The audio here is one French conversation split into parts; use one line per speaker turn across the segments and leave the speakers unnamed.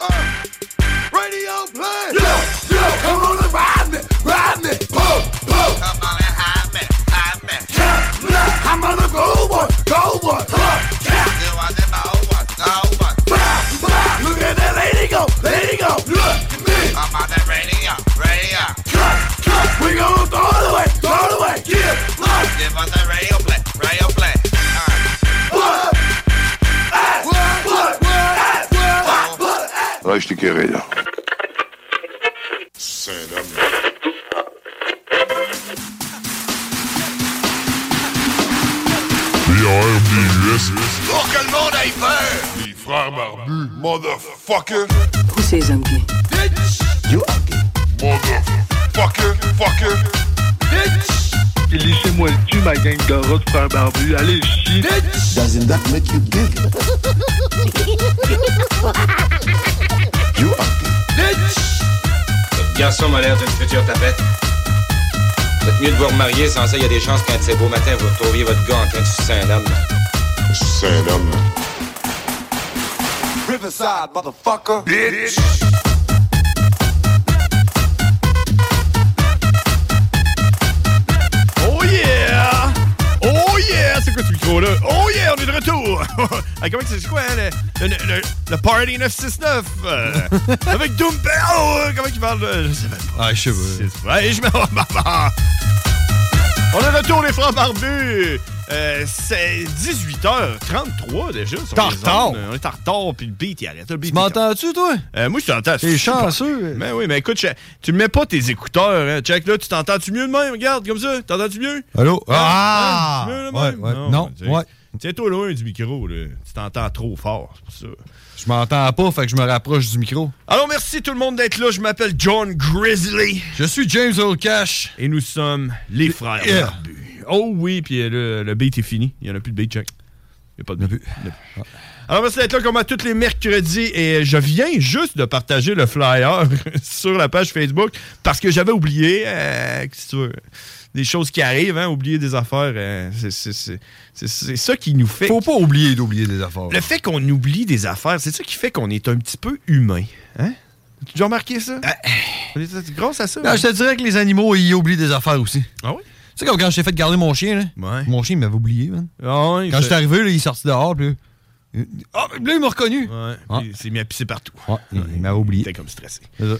Uh, radio play. Yeah, yeah, come on and ride me, ride me. Pull, pull. Come on and hide me, hide me. Yeah, yeah, I'm on a go one, go one. Huh, yeah. You want them all ones, all ones. Blah, blah. Look at that lady go, lady go. Look at me. I'm on that radio, radio. Cut, cut. We gonna throw it away, throw it away. Give life. Give us that radio play, radio play. What? What? What? What? What? What? What?
Reste carré là.
B.R.B.U.S.
Pour que le monde aille peur.
Les frères barbus. Motherfucker.
Tous ces hommes gays.
Bitch.
Motherfucker. Fucker.
Bitch.
Puis laissez-moi le cul, ma gang de rats de frères barbus. Allez, chier.
Bitch.
Doesn't that make you dig? you are
Bitch.
Votre garçon m'a l'air d'une future tapette. Faites mieux de vous remarier, sans ça, il y a des chances qu'un de ces beaux matins, vous retrouviez votre gars en train de sucer un homme.
Saint-Homme.
Riverside, motherfucker.
Bitch.
Oh yeah! Oh yeah! C'est quoi ce micro-là? Oh yeah, on est de retour! Ah, Comment que c'est c'est quoi, hein, le, le, le- le Party 969? euh, avec Doom... Oh, euh, comment qu'il parle? euh, Je sais même pas.
Ah, je sais pas.
C'est- Ouais, je me... On est de retour, les frères barbus! Euh, c'est 18h33 déjà. sur
T'es en
les
retard.
ondes. On est en retard, puis le beat, il arrête. Le beat,
Tu
il arrête.
m'entends-tu, toi?
Euh, moi, je t'entends.
T'es
super.
chanceux.
Ben oui, mais écoute, je- tu mets pas tes écouteurs. Hein. Check là, tu t'entends-tu mieux de même? Regarde, comme ça, t'entends-tu mieux?
Allô?
Ah!
Ah!
Tu veux le
Ouais,
même?
ouais.
Non,
Non,
tu sais.
ouais.
Tiens-toi loin du micro, là. Tu t'entends trop fort, c'est pour ça.
Je m'entends pas, fait que je me rapproche du micro.
Alors, merci tout le monde d'être là. Je m'appelle John Grizzly.
Je suis James Oldcash.
Et nous sommes les frères
Yeah.
Barbus. Oh oui, puis euh, le, le beat est fini. Il n'y en a plus de beat, check. Il n'y a pas de beat. Il y en a plus. Alors, merci d'être là comme à tous les mercredis. Et euh, je viens juste de partager le flyer sur la page Facebook parce que j'avais oublié, euh, qu'est-ce que tu veux, des choses qui arrivent, hein, oublier des affaires. euh, c'est- c'est- c'est- c'est c'est ça qui nous fait...
Faut pas oublier d'oublier des affaires.
Le fait qu'on oublie des affaires, c'est ça qui fait qu'on est un petit peu humain. Hein? Tu as déjà remarqué ça? On est- Grâce à ça.
Euh,
hein?
Non, je te dirais que les animaux, ils oublient des affaires aussi. Tu
Ah oui?
sais, comme quand j'ai fait garder mon chien, là.
Ouais.
Mon chien, il m'avait oublié, man.
Ah oui,
Quand
je-
j'étais arrivé, là, il est sorti dehors, puis là, Ah, puis là, il m'a reconnu.
Ouais,
Ah.
puis il s'est mis à pisser partout.
Ouais, il il m'a oublié.
T'es comme stressé.
C'est ça.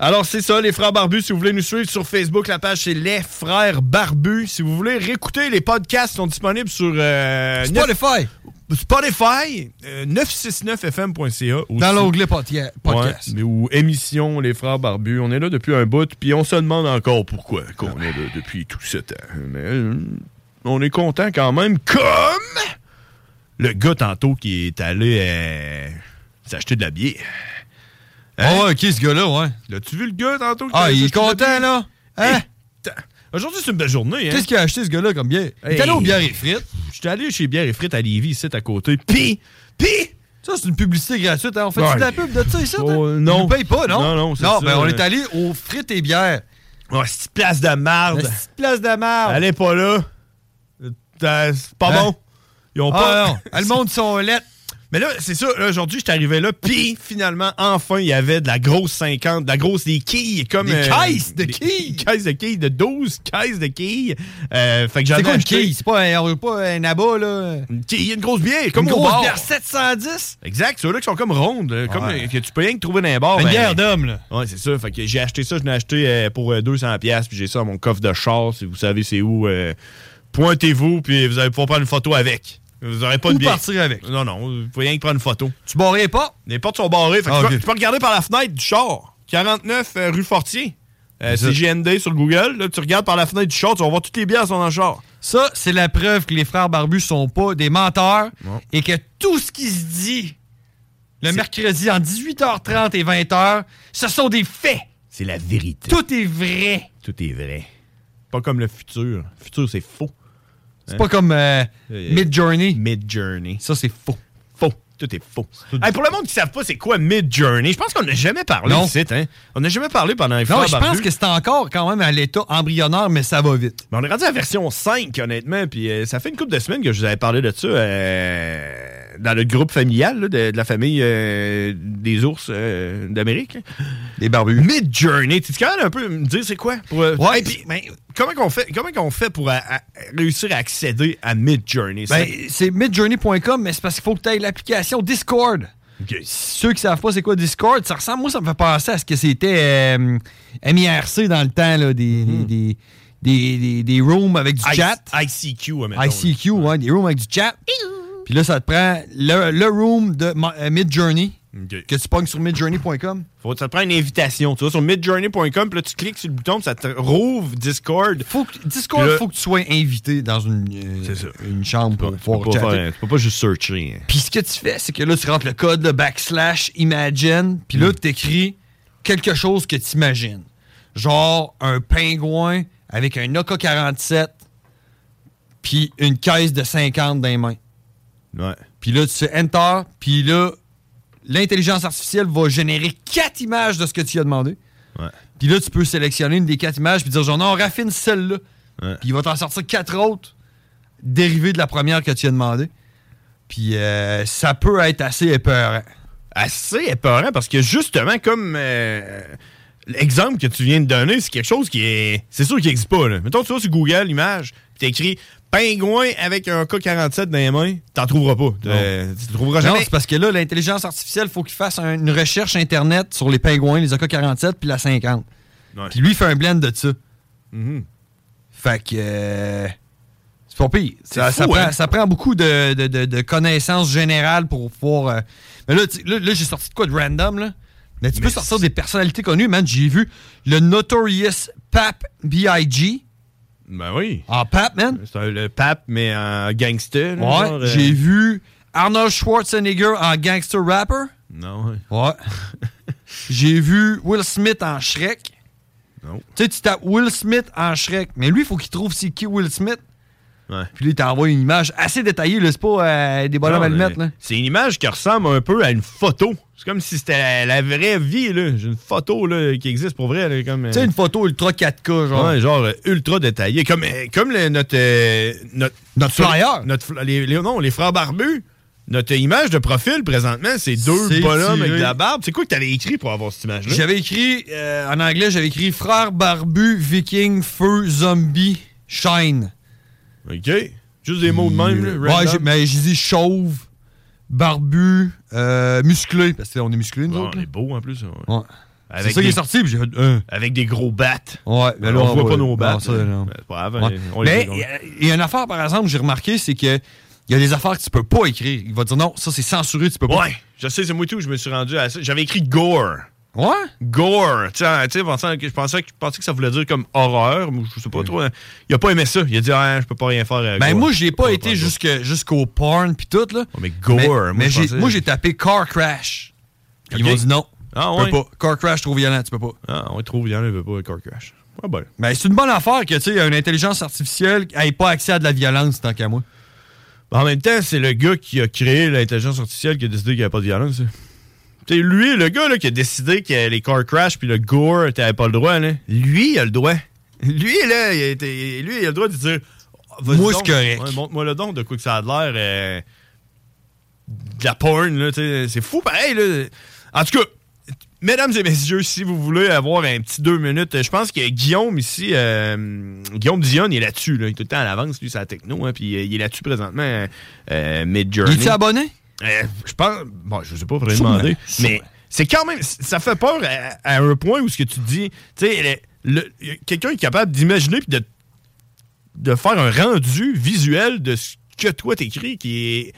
Alors, c'est ça, les frères barbus. Si vous voulez nous suivre sur Facebook, la page, c'est Les Frères Barbus. Si vous voulez réécouter, les podcasts sont disponibles sur euh, neuf-
Spotify,
Spotify, euh, 969fm.ca. aussi.
dans l'onglet podca-
Ouais, Hein?
podcast.
mais- ou émission Les Frères Barbus. On est là depuis un bout, puis on se demande encore pourquoi qu'on est là depuis tout ce temps. Mais euh, on est content quand même, comme le gars tantôt qui est allé euh, s'acheter de la bière.
Ah ouais, ok, ce gars-là, ouais.
L'as-tu vu le gars tantôt? qui
Ah,
t'a-
il est
t'a-
content, là. Hein?
Attends. Aujourd'hui, c'est une belle journée. Hein?
Qu'est-ce qu'il a acheté, ce gars-là, comme bière? Il
Hey.
est allé aux bières et frites.
J'étais allé chez Bière et Frites à Lévis, ici, à côté. Pis! Pis!
Ça, c'est une publicité gratuite. Hein. On fait
Ouais.
de la pub de ça ici? hein?
Oh, non.
Ils nous payent pas, non?
Non, non, c'est ça,
Non, ben, on
euh.
est allé aux frites et bières.
Oh, c'est place de merde!
petite place de marde.
Elle est pas là. Euh, C'est pas
Hein?
bon. Ils ont pas.
Ah, non. Ah, Le monde, ils sont lettres.
Mais là, c'est ça. là, Aujourd'hui, je suis arrivé là. Puis, finalement, enfin, il y avait de la grosse 50, de la grosse des quilles. Comme, euh,
Des caisses de
des-
quilles.
Des caisses de quilles, de 12 caisses de quilles. Euh, fait que j'en
C'est
ai
quoi une
acheté-
quille? C'est pas un, on veut pas un abat, là.
Une quille, une grosse bière. Comme
Une
au
grosse
bar.
bière
710. Exact. Ceux-là qui sont comme rondes. euh, Comme
Ouais.
euh, que tu peux rien que trouver dans les bars.
une
ben,
bière d'homme, là.
Ouais, c'est ça. Fait que j'ai acheté ça, je l'ai acheté euh, pour euh, 200 pièces, puis j'ai ça dans mon coffre de char, si vous savez c'est où. euh, Pointez-vous, puis vous allez pouvoir prendre une photo avec. Vous aurez pas
Ou
de bière.
partir avec.
Non, non, vous pouvez rien que prendre une photo.
Tu boirais pas?
Les portes sont barrées, fait que
Ah,
tu, peux,
ok.
tu peux regarder par la fenêtre du char. 49 euh, rue Fortier. Euh, c'est JND sur Google. Là, tu regardes par la fenêtre du char, tu vas voir toutes les bières qui sont dans le char.
Ça, c'est la preuve que les frères barbus sont pas des menteurs et que tout ce qui se dit le mercredi en 18h30 et 20h, ce sont des faits.
C'est la vérité. Tout,
Tout est vrai.
tout est vrai. Pas comme le futur. Le futur, c'est faux.
C'est pas comme euh,
Euh,
Mid-Journey.
Mid-journey.
Ça, c'est faux.
Faux. Tout est faux. Hey, pour le monde qui ne savent pas c'est quoi Mid-Journey, je pense qu'on n'a jamais parlé
Non.
du site. Hein? On n'a jamais parlé pendant les
Non,
Frères
je pense
Barbus.
que c'est encore quand même à l'état embryonnaire, mais ça va vite.
Mais on est rendu à la version 5, honnêtement. Puis euh, ça fait une couple de semaines que je vous avais parlé de ça. euh, dans le groupe familial là, de, de la famille euh, des ours euh, d'Amérique. Des barbus. Mid-journey. Tu quand même un peu me dire c'est quoi? Pour, euh,
Ouais,
hey, puis, ben, comment qu'on fait, comment qu'on fait pour à- à- réussir à accéder à Mid-journey? ça?
Ben, c'est midjourney.com, mais c'est parce qu'il faut que tu aies l'application Discord.
Ok.
Ceux qui savent pas c'est quoi Discord, ça ressemble, moi, ça me fait penser à ce que c'était euh, MIRC dans le temps, là, des,
Mm-hmm.
des, des, des- des rooms avec du
I-
chat.
ICQ, admettons.
ICQ, ouais, des rooms avec du chat. Puis là, ça te prend le, le room de Ma- euh, Midjourney
Ok.
que tu pognes sur midjourney.com.
Faut, ça te prend une invitation. Tu vas sur midjourney.com, puis là, tu cliques sur le bouton, puis ça te rouvre Discord.
Faut que, Discord,
Puis là-
faut que tu sois invité dans une, euh,
C'est ça.
une chambre pour pouvoir
pas
chatter.
faire- tu peux pas juste searcher. hein.
Puis ce que tu fais, c'est que là, tu rentres le code, le backslash imagine, puis là, tu écris quelque chose que tu imagines. Genre un pingouin avec un AK-47, puis une caisse de 50 dans les mains.
Ouais.
Puis là, tu fais Enter, puis là, l'intelligence artificielle va générer quatre images de ce que tu as demandé.
Ouais.
Puis là, tu peux sélectionner une des quatre images, puis dire genre, non, on raffine celle-là.
Ouais.
Puis il va t'en sortir quatre autres dérivées de la première que tu as demandé. Puis euh, ça peut être assez épeurant.
assez épeurant parce que justement, comme euh, l'exemple que tu viens de donner, c'est quelque chose qui est. C'est sûr qu'il n'existe pas. Là. Mettons, tu vas sur Google, l'image, puis t'écris pingouin avec un K47 dans les mains, t'en trouveras pas. Euh, tu trouveras
Non,
jamais.
c'est parce que là, l'intelligence artificielle, faut qu'il fasse un- une recherche Internet sur les pingouins, les AK-47 puis la 50.
Ouais.
Puis lui, il fait un blend de ça. Mhm. Fait que... euh, c'est pas pire. Ça,
fou,
ça
hein?
prend, ça prend beaucoup de, de- de- de connaissances générales pour pouvoir... euh, Mais là, tu- là, là, j'ai sorti de quoi de random, là? Mais tu peux
Mais
sortir des personnalités connues, man. J'ai vu le Notorious Pap B.I.G.
Ben oui.
en Ah, Pap, man.
C'est un- le pape, mais en gangster. là,
Ouais,
genre, euh,
j'ai vu Arnold Schwarzenegger en Gangster Rapper.
Non, ouais.
Ouais. J'ai vu Will Smith en Shrek.
Non.
Tu sais, tu tapes Will Smith en Shrek, mais lui, il faut qu'il trouve c'est qui Will Smith.
Ouais.
Puis là, il t'envoie une image assez détaillée, là, c'est pas euh, des bonhommes
Non,
à le
mais
mettre, là.
C'est une image qui ressemble un peu à une photo. C'est comme si c'était la, la vraie vie, là. J'ai une photo là, qui existe pour vrai. là, comme,
Tu sais,
euh,
une photo ultra 4K, genre.
Ouais, genre euh, ultra détaillé. Comme, euh, comme le- notre, euh, notre.
Notre flyer.
Notre, fl- les, les- non, les frères barbus. Notre image de profil présentement, c'est deux
C'est
bonhommes
tiré.
avec de la barbe. C'est quoi que t'avais écrit pour avoir cette image-là?
J'avais écrit, euh, en anglais, j'avais écrit Frère barbu, viking, feu, zombie, shine.
OK. Juste des mots de même. Là,
ouais, j'ai-
random.
mais j'ai dit chauve, barbu, euh, musclé, parce qu'on est musclé, nous
Bon,
autres.
Ah, on
là.
est beau en plus. ouais.
Ouais. C'est
Avec,
ça qui
des,
est sorti, puis j'ai fait, euh,
avec des gros battes.
Ouais, mais là,
Ben, on voit
va-
pas nos battes.
non, ça,
là.
non.
Ben, c'est pas grave,
Ouais.
on les-
Mais
on-
il y a- il y, a une affaire, par exemple, j'ai remarqué, c'est que il y a des affaires que tu peux pas écrire. Il va dire non, ça c'est censuré, tu peux pas.
Ouais, je sais, c'est moi tout. Je me suis rendu à ça. J'avais écrit gore.
Ouais?
gore. Tu sais, hein, tu sais, pensant que- je, pensais que, je pensais que ça voulait dire comme horreur. mais Je sais pas trop. hein. Il a pas aimé ça. Il a dit, ah, je peux pas rien faire. euh,
Ben
gore.
moi, j'ai
Je
pas
peux
été
faire gore.
jusque- jusqu'au porn puis tout, là.
Oh, mais gore.
Mais-
moi,
mais
je
j'ai-
pensais-
moi, j'ai tapé car crash. Puis Ils
Ok.
m'ont dit non.
Ah,
tu
ouais.
peux pas. Car crash, trop violent, tu peux pas.
Ah, on trouve, il y en avait pas, Car Crash. Ah, ben.
Mais c'est une bonne affaire que, tu sais, une intelligence artificielle n'ait pas accès à de la violence, tant qu'à moi.
Ben, En même temps, c'est le gars qui a créé l'intelligence artificielle qui a décidé qu'il n'y avait pas de violence. hein. C'est lui, le gars là, qui a décidé que les car crash puis le gore, t'avais pas le droit. Là. Lui, il a le droit. Lui, là, il a, été- lui, il a le droit de dire Vas-y
Moi,
donc.
c'est correct.
Ouais, Montre-moi le don de quoi que ça a de l'air. euh, de la porn, là, tu sais. C'est fou, pareil, là. En tout cas, mesdames et messieurs, si vous voulez avoir un petit deux minutes, je pense que Guillaume ici, euh, Guillaume Dion, il est là-dessus, là. Il est tout le temps à l'avance, lui, c'est la techno, hein, puis euh, il est là-dessus présentement, euh, mid-journey.
Es-tu abonné?
Euh, je pense. Bon, je sais pas, faudrait
Sûrement,
demander.
sûrement.
Mais c'est quand même. c- Ça fait peur à, à un point où ce que tu dis. Tu sais, le- le- quelqu'un est capable d'imaginer puis de, de faire un rendu visuel de ce que toi t'écris qui est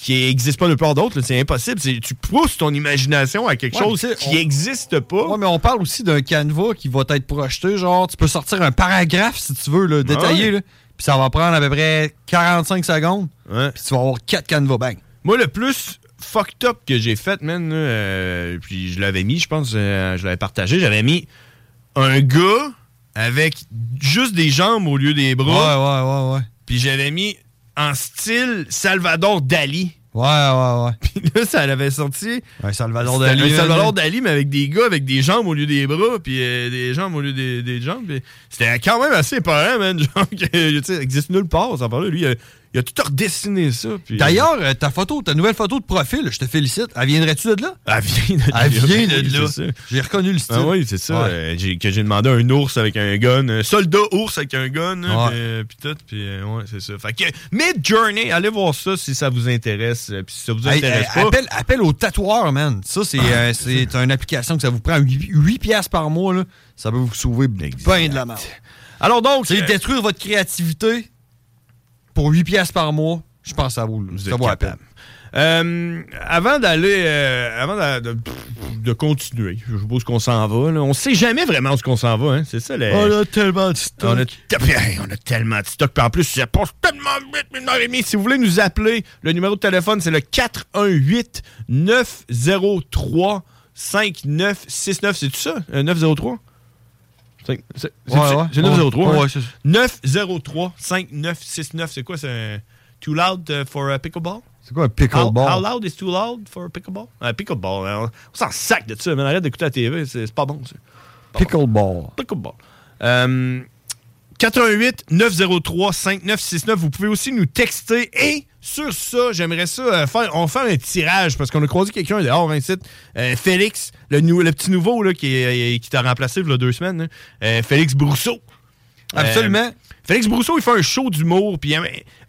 qui existe pas de part d'autre, là, c'est impossible. C'est- tu pousses ton imagination à quelque
Ouais,
chose
mais tu sais,
qui
on-
n'existe pas.
Ouais, mais on parle aussi d'un canevas qui va être projeté. Genre, tu peux sortir un paragraphe si tu veux, là, détaillé.
Ben ouais.
là. Puis ça va prendre à peu près 45 secondes.
Ouais.
Puis tu vas avoir quatre canevas. Bang.
Moi, le plus fucked up que j'ai fait, man, là, euh, puis je l'avais mis, je pense, euh, je l'avais partagé, j'avais mis un gars avec juste des jambes au lieu des
Ouais, ouais,
bras,
ouais, ouais.
puis j'avais mis en style Salvador Dali.
Ouais, ouais, ouais.
Puis là, ça l'avait sorti.
Un Salvador
C'était
Dali. hein,
un
là,
Salvador
là.
Dali, mais avec des gars avec des jambes au lieu des bras, puis euh, des jambes au lieu des, des jambes. puis C'était quand même assez épeurant, man. Genre, que, tu sais, ça existe nulle part, ça parle. Lui, il a, Il a tout redessiné ça. puis-
D'ailleurs, euh, ta photo, ta nouvelle photo de profil, je te félicite. Elle viendrait-tu de là?
Elle vient de
Elle vient de
Oui,
là.
c'est ça.
J'ai reconnu le style.
Ah oui, c'est ça.
Ouais.
euh, j'ai- que j'ai demandé un ours avec un gun. Un soldat ours avec un gun.
Ouais.
euh, Puis puis tout. Puis euh, ouais, c'est ça. Fait que Mid-Journey, allez voir ça si ça vous intéresse. euh, Puis si ça vous
Hey,
intéresse
hey,
pas. Ah.
appelle, appelle au tatoueur, man. Ça, c'est euh, c'est une application que ça vous prend 8, piastres par mois. Là. Ça peut vous sauver
Ben
bien de la merde.
Alors donc,
C'est
euh,
détruire votre créativité pour 8 piastres par mois. Je pense que ça vaut,
Vous
ça
êtes
vaut la peine.
capable. Euh, avant d'aller, euh, avant d'a- de, de continuer, je suppose qu'on s'en va. là. On sait jamais vraiment où ce qu'on s'en va. hein. C'est ça. les-
a tellement de
on, a, Hey, on a tellement de stock. Puis en plus, ça passe tellement vite, une heure et demie. Si vous voulez nous appeler, le numéro de téléphone, c'est le 418-903-5969. C'est tout ça? Euh, 903? C'est c'est- c'est- c'est 903. hein? 903-5969. C'est quoi? C'est un- Too loud euh, for a pickleball?
C'est quoi un
How,
pickleball?
how loud is too loud for a pickleball? Un pickleball, hein, on, on s'en sac de ça, mais arrête d'écouter la TV, c'est c'est pas bon. ça.
Pickleball.
Pickleball. Euh, 88 903 5969. Vous pouvez aussi nous texter. Et sur ça, j'aimerais ça euh, faire. On va faire un tirage parce qu'on a croisé quelqu'un dehors, hein, ici. Euh, Félix, le, nou- le petit nouveau là, qui, est- qui t'a remplacé il y a deux semaines. hein. Euh, Félix Brousseau.
Absolument.
Euh, Félix Brousseau, il fait un show d'humour. Puis euh,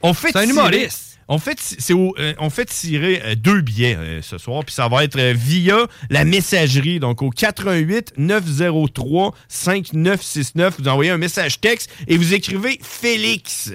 on fait
C'est un
tirer-
humoriste.
On fait, ti- c'est au- euh, on fait tirer euh, deux billets euh, ce soir, puis ça va être euh, via la messagerie. Donc au 88 903 5969, vous envoyez un message texte et vous écrivez Félix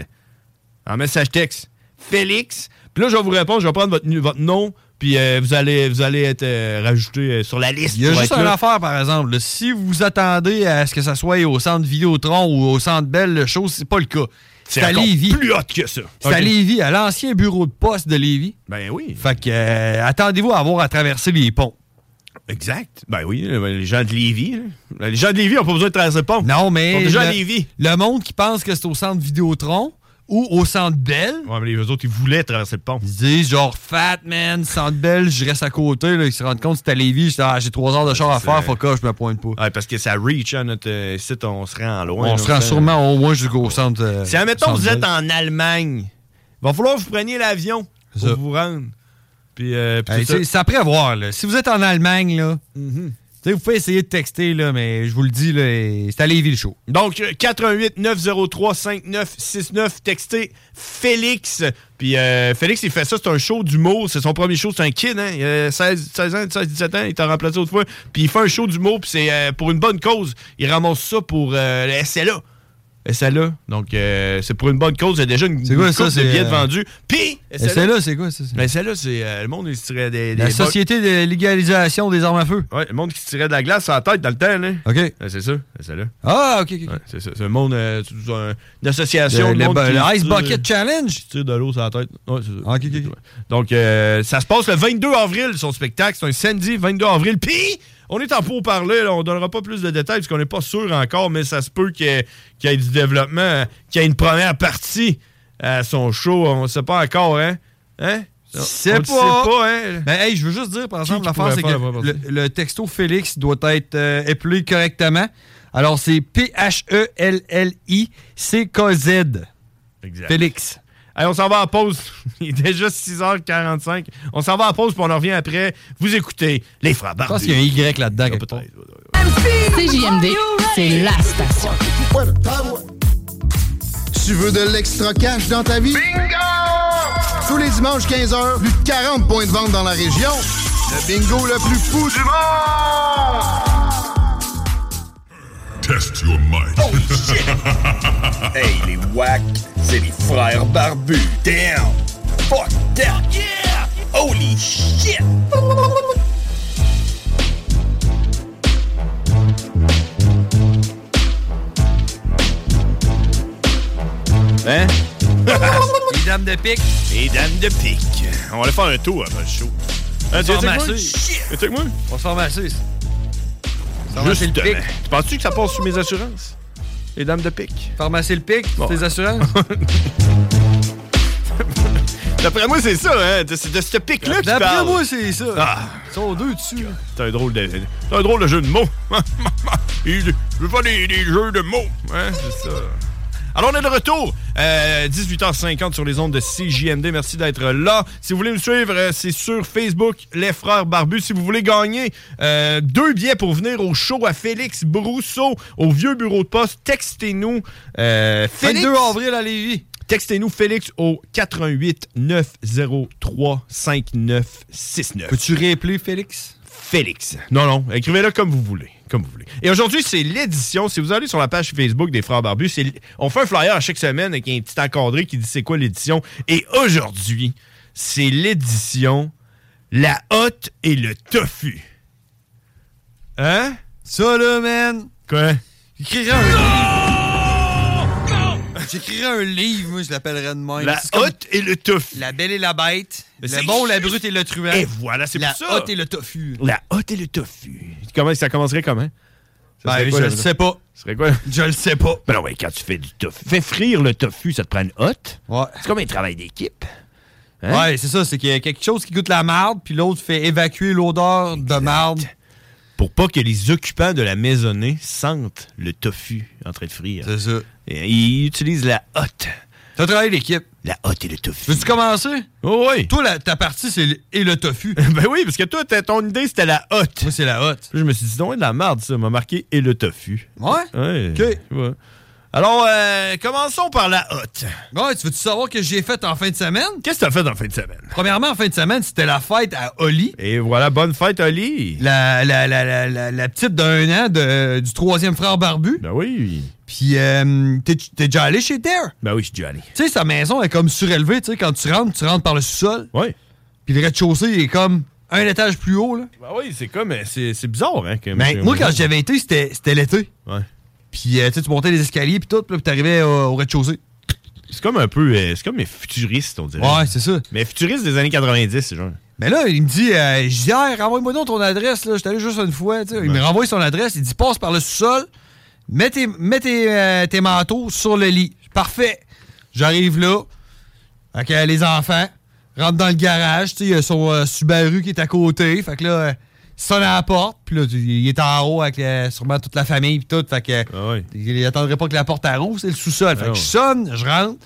en message texte. Félix. Puis là, je vais vous répondre, je vais prendre votre, nu- votre nom, puis euh, vous, allez, vous allez être euh, rajouté euh, sur la liste.
Il y a
pour
juste
être
une
là.
affaire, par exemple. là. Si vous attendez à ce que ça soit au centre Vidéotron ou au centre Belle, le show, c'est pas le cas. C'est à
encore
Lévis.
plus hot que ça.
C'est
Ok.
à Lévis, à l'ancien bureau de poste de Lévis.
Ben oui.
Fait que euh, attendez-vous à avoir à traverser les ponts.
Exact. Ben oui, euh, les gens de Lévis. là. Les gens de Lévis n'ont pas besoin de traverser le pont.
Non,
Ils
mais.
sont déjà à
le,
Lévis.
le monde qui pense que c'est au centre Vidéotron ou au centre Belle,
Ouais, mais les eux autres, ils voulaient traverser le pont.
ils se disent genre Fat Man, centre Belle, je reste à côté. Là, ils se rendent compte que c'est à Lévis. je dis, Ah, j'ai trois heures de char à
c'est-
faire, faut que je me pointe pas.
Ouais, parce que ça reach, hein, notre euh, site, on se rend loin.
On
là,
se rend
fait-
sûrement au moins jusqu'au centre. euh,
Si, admettons,
centre
vous êtes
Bell.
en Allemagne, il va falloir que vous preniez l'avion pour
Ça.
vous rendre. Puis, euh, puis
Hey,
tout ça. Mm-hmm.
c'est c'est après à voir. Là. Si vous êtes en Allemagne, là, tu sais, vous pouvez essayer de texter, là, mais je vous le dis, là, et- c'est à Lévis le show.
Donc, euh, 88 903 5969, textez Félix. Puis euh, Félix, il fait ça, c'est un show d'humour. C'est son premier show, c'est un kid, hein. Il a 16, 16 ans, 16, 17 ans, il t'a remplacé autrefois. Puis il fait un show d'humour, puis c'est euh, pour une bonne cause. Il ramasse ça pour euh, le SLA. SLA. Donc, euh, c'est pour une bonne cause. Il y a déjà une,
C'est quoi
une
ça,
couple de
c'est,
billets de
euh,
vendus. Puis,
Et c'est là, c'est quoi ça? c'est-
Mais SLA, c'est euh, le monde, il se tirait des.
La
des bo-
Société de légalisation des armes à feu.
Ouais, le monde qui se tirait de la glace à la tête dans le temps, là.
OK.
Ouais, c'est ça, SLA.
Ah, OK, OK.
Ouais, c'est ça. C'est un monde, euh, c'est un- une
Le,
association.
le-
de monde
le
qui
Ice
tire-
Bucket Challenge.
qui tire de l'eau sur la tête. Ouais, c'est ça.
Ah, ok, ok,
Ouais.
ok.
Donc, euh, ça se passe le 22 avril, son spectacle. C'est un samedi, 22 avril. Puis, on est en pour parler. on donnera pas plus de détails parce qu'on n'est pas sûr encore, mais ça se peut qu'il y, ait- qu'il y ait du développement, euh, qu'il y ait une première partie à son show. On sait pas encore, hein? Hein? On-
Sais
on le
pas.
sait pas, hein?
Ben, hey, je veux juste dire, par exemple,
qui
l'affaire,
pourrait
c'est que
faire la vraie
le, le texto Félix doit être euh, épelé correctement. Alors, c'est E P-H-E-L-L-I-C-K-Z.
Exact.
Félix.
Allez, on s'en va en pause. Il est déjà 6h45. On s'en va en pause, puis on en revient après. Vous écoutez les frères
Je pense
barbus.
qu'il y a un Y là-dedans. quelque part.
Peut-être.
CJMD, c'est la station.
Tu veux de l'extra cash dans ta vie? Bingo! Tous les dimanches 15h, plus de 40 points de vente dans la région. Le bingo le plus fou du monde!
Test your mind.
Hey, les wack, c'est les frères barbus. Damn! Fuck that! Yeah! Holy shit!
Hein?
Les dames de pique.
Les dames de pique. On va aller faire un tour après le show. Hein, tu viens avec moi?
Pharmacie.
Tu viens avec moi?
On se fait ramasser. Pharmacie le
Justement.
pic.
Tu penses-tu que ça passe sous mes assurances? Les dames de pique.
Pharmacie le pic,
Bon.
tes assurances.
D'après moi, c'est ça, hein? C'est de ce pic-là que tu
D'après
parles.
moi, c'est ça.
Ah.
Ils sont deux dessus.
C'est un drôle de, c'est un drôle de jeu de mots. Il- Je veux pas des, des jeux de mots. Hein, c'est ça. Alors, on est de retour. euh, 18h50 sur les ondes de CJMD. Merci d'être là. Si vous voulez nous suivre, euh, c'est sur Facebook, Les Frères Barbus. Si vous voulez gagner euh, deux billets pour venir au show à Félix Brousseau, au vieux bureau de poste, textez-nous. euh,
22 avril à Lévis.
Textez-nous Félix au 88 903 5969.
Peux-tu réappeler Félix?
Félix. Non, non, écrivez-le comme vous voulez. Comme vous voulez. Et aujourd'hui, c'est l'édition. Si vous allez sur la page Facebook des Frères Barbus, c'est l- on fait un flyer à chaque semaine avec un petit encadré qui dit c'est quoi l'édition. Et aujourd'hui, c'est l'édition La hotte et le tofu. Hein?
Ça, là, man.
Quoi?
J'écrirais un livre. J'écrirais un livre, moi, je l'appellerais de même.
La
C'est comme
hotte et le tofu.
La belle et la bête.
Mais
le
c'est-
bon, la brute et le truand.
Et voilà, c'est
la
pour ça.
hotte et le tofu.
La hotte et le tofu. Comment, ça commencerait comment? Ça serait
Ben,
quoi,
je
là?
le sais pas.
Ça serait quoi?
Je le sais pas.
Ben non, ouais, quand tu fais du tofu. Fais frire le tofu, ça te prend une hotte.
Ouais.
C'est comme un travail d'équipe. Hein?
Ouais, c'est ça. C'est qu'il y a quelque chose qui goûte la marde, puis l'autre fait évacuer l'odeur de marde.
Pour pas que les occupants de la maisonnée sentent le tofu en train de frire.
C'est ça.
Et Ils utilisent la hotte.
T'as travaillé l'équipe.
La hotte et le tofu.
Veux-tu commencer?
Oh oui.
Toi, la- ta partie, c'est le- et le tofu.
Ben oui, parce que toi, t'as- ton idée, c'était la hotte.
Moi, c'est la hotte.
Je me suis dit, non, de la merde, ça m'a marqué et le tofu.
Ouais?
Ouais.
Ok.
Ouais. Alors, euh, commençons par la hotte.
Ouais, tu veux-tu savoir que j'ai fait en fin de semaine?
Qu'est-ce que t'as fait en fin de semaine?
Premièrement, en fin de semaine, c'était la fête à Oli.
Et voilà, bonne fête, Oli.
La, la, la, la, la, la petite d'un an de- du troisième frère barbu.
Ben oui.
Puis, euh, t'es t'es déjà allé chez Dare?
Ben oui, je suis déjà allé.
Tu sais, sa maison est comme surélevée. Tu sais, quand tu rentres, tu rentres par le sous-sol.
Ouais.
Puis le rez-de-chaussée est comme un étage plus haut. Là.
Ben oui, c'est comme. euh, C'est c'est bizarre, hein? que-
Mais moi, quand j'avais été, c'était c'était l'été.
Ouais.
Puis euh, tu sais, tu montais les escaliers, puis tout, puis là, puis t'arrivais euh, au rez-de-chaussée.
C'est comme un peu. euh, c'est comme les futuristes, on dirait.
Ouais, c'est ça.
Mais futuristes des années 90, c'est genre.
Mais là, il me dit, euh, hier, renvoie-moi donc ton adresse. Là. J'étais allé juste une fois. tu sais. Il me renvoie son adresse. Il dit, passe par le sous-sol, mets, tes, mets tes, euh, tes manteaux sur le lit. Parfait. J'arrive là. Fait que euh, les enfants rentrent dans le garage. tu sais, Il y a son euh, Subaru qui est à côté. Fait que là, euh, il sonne à la porte. Puis là, tu- il est en haut avec euh, sûrement toute la famille. Puis tout. Fait que. euh,
Ah ouais.
il n'attendrait pas que la porte elle rouvre, c'est le sous-sol. Fait
Ah
que
ouais.
je sonne, je rentre.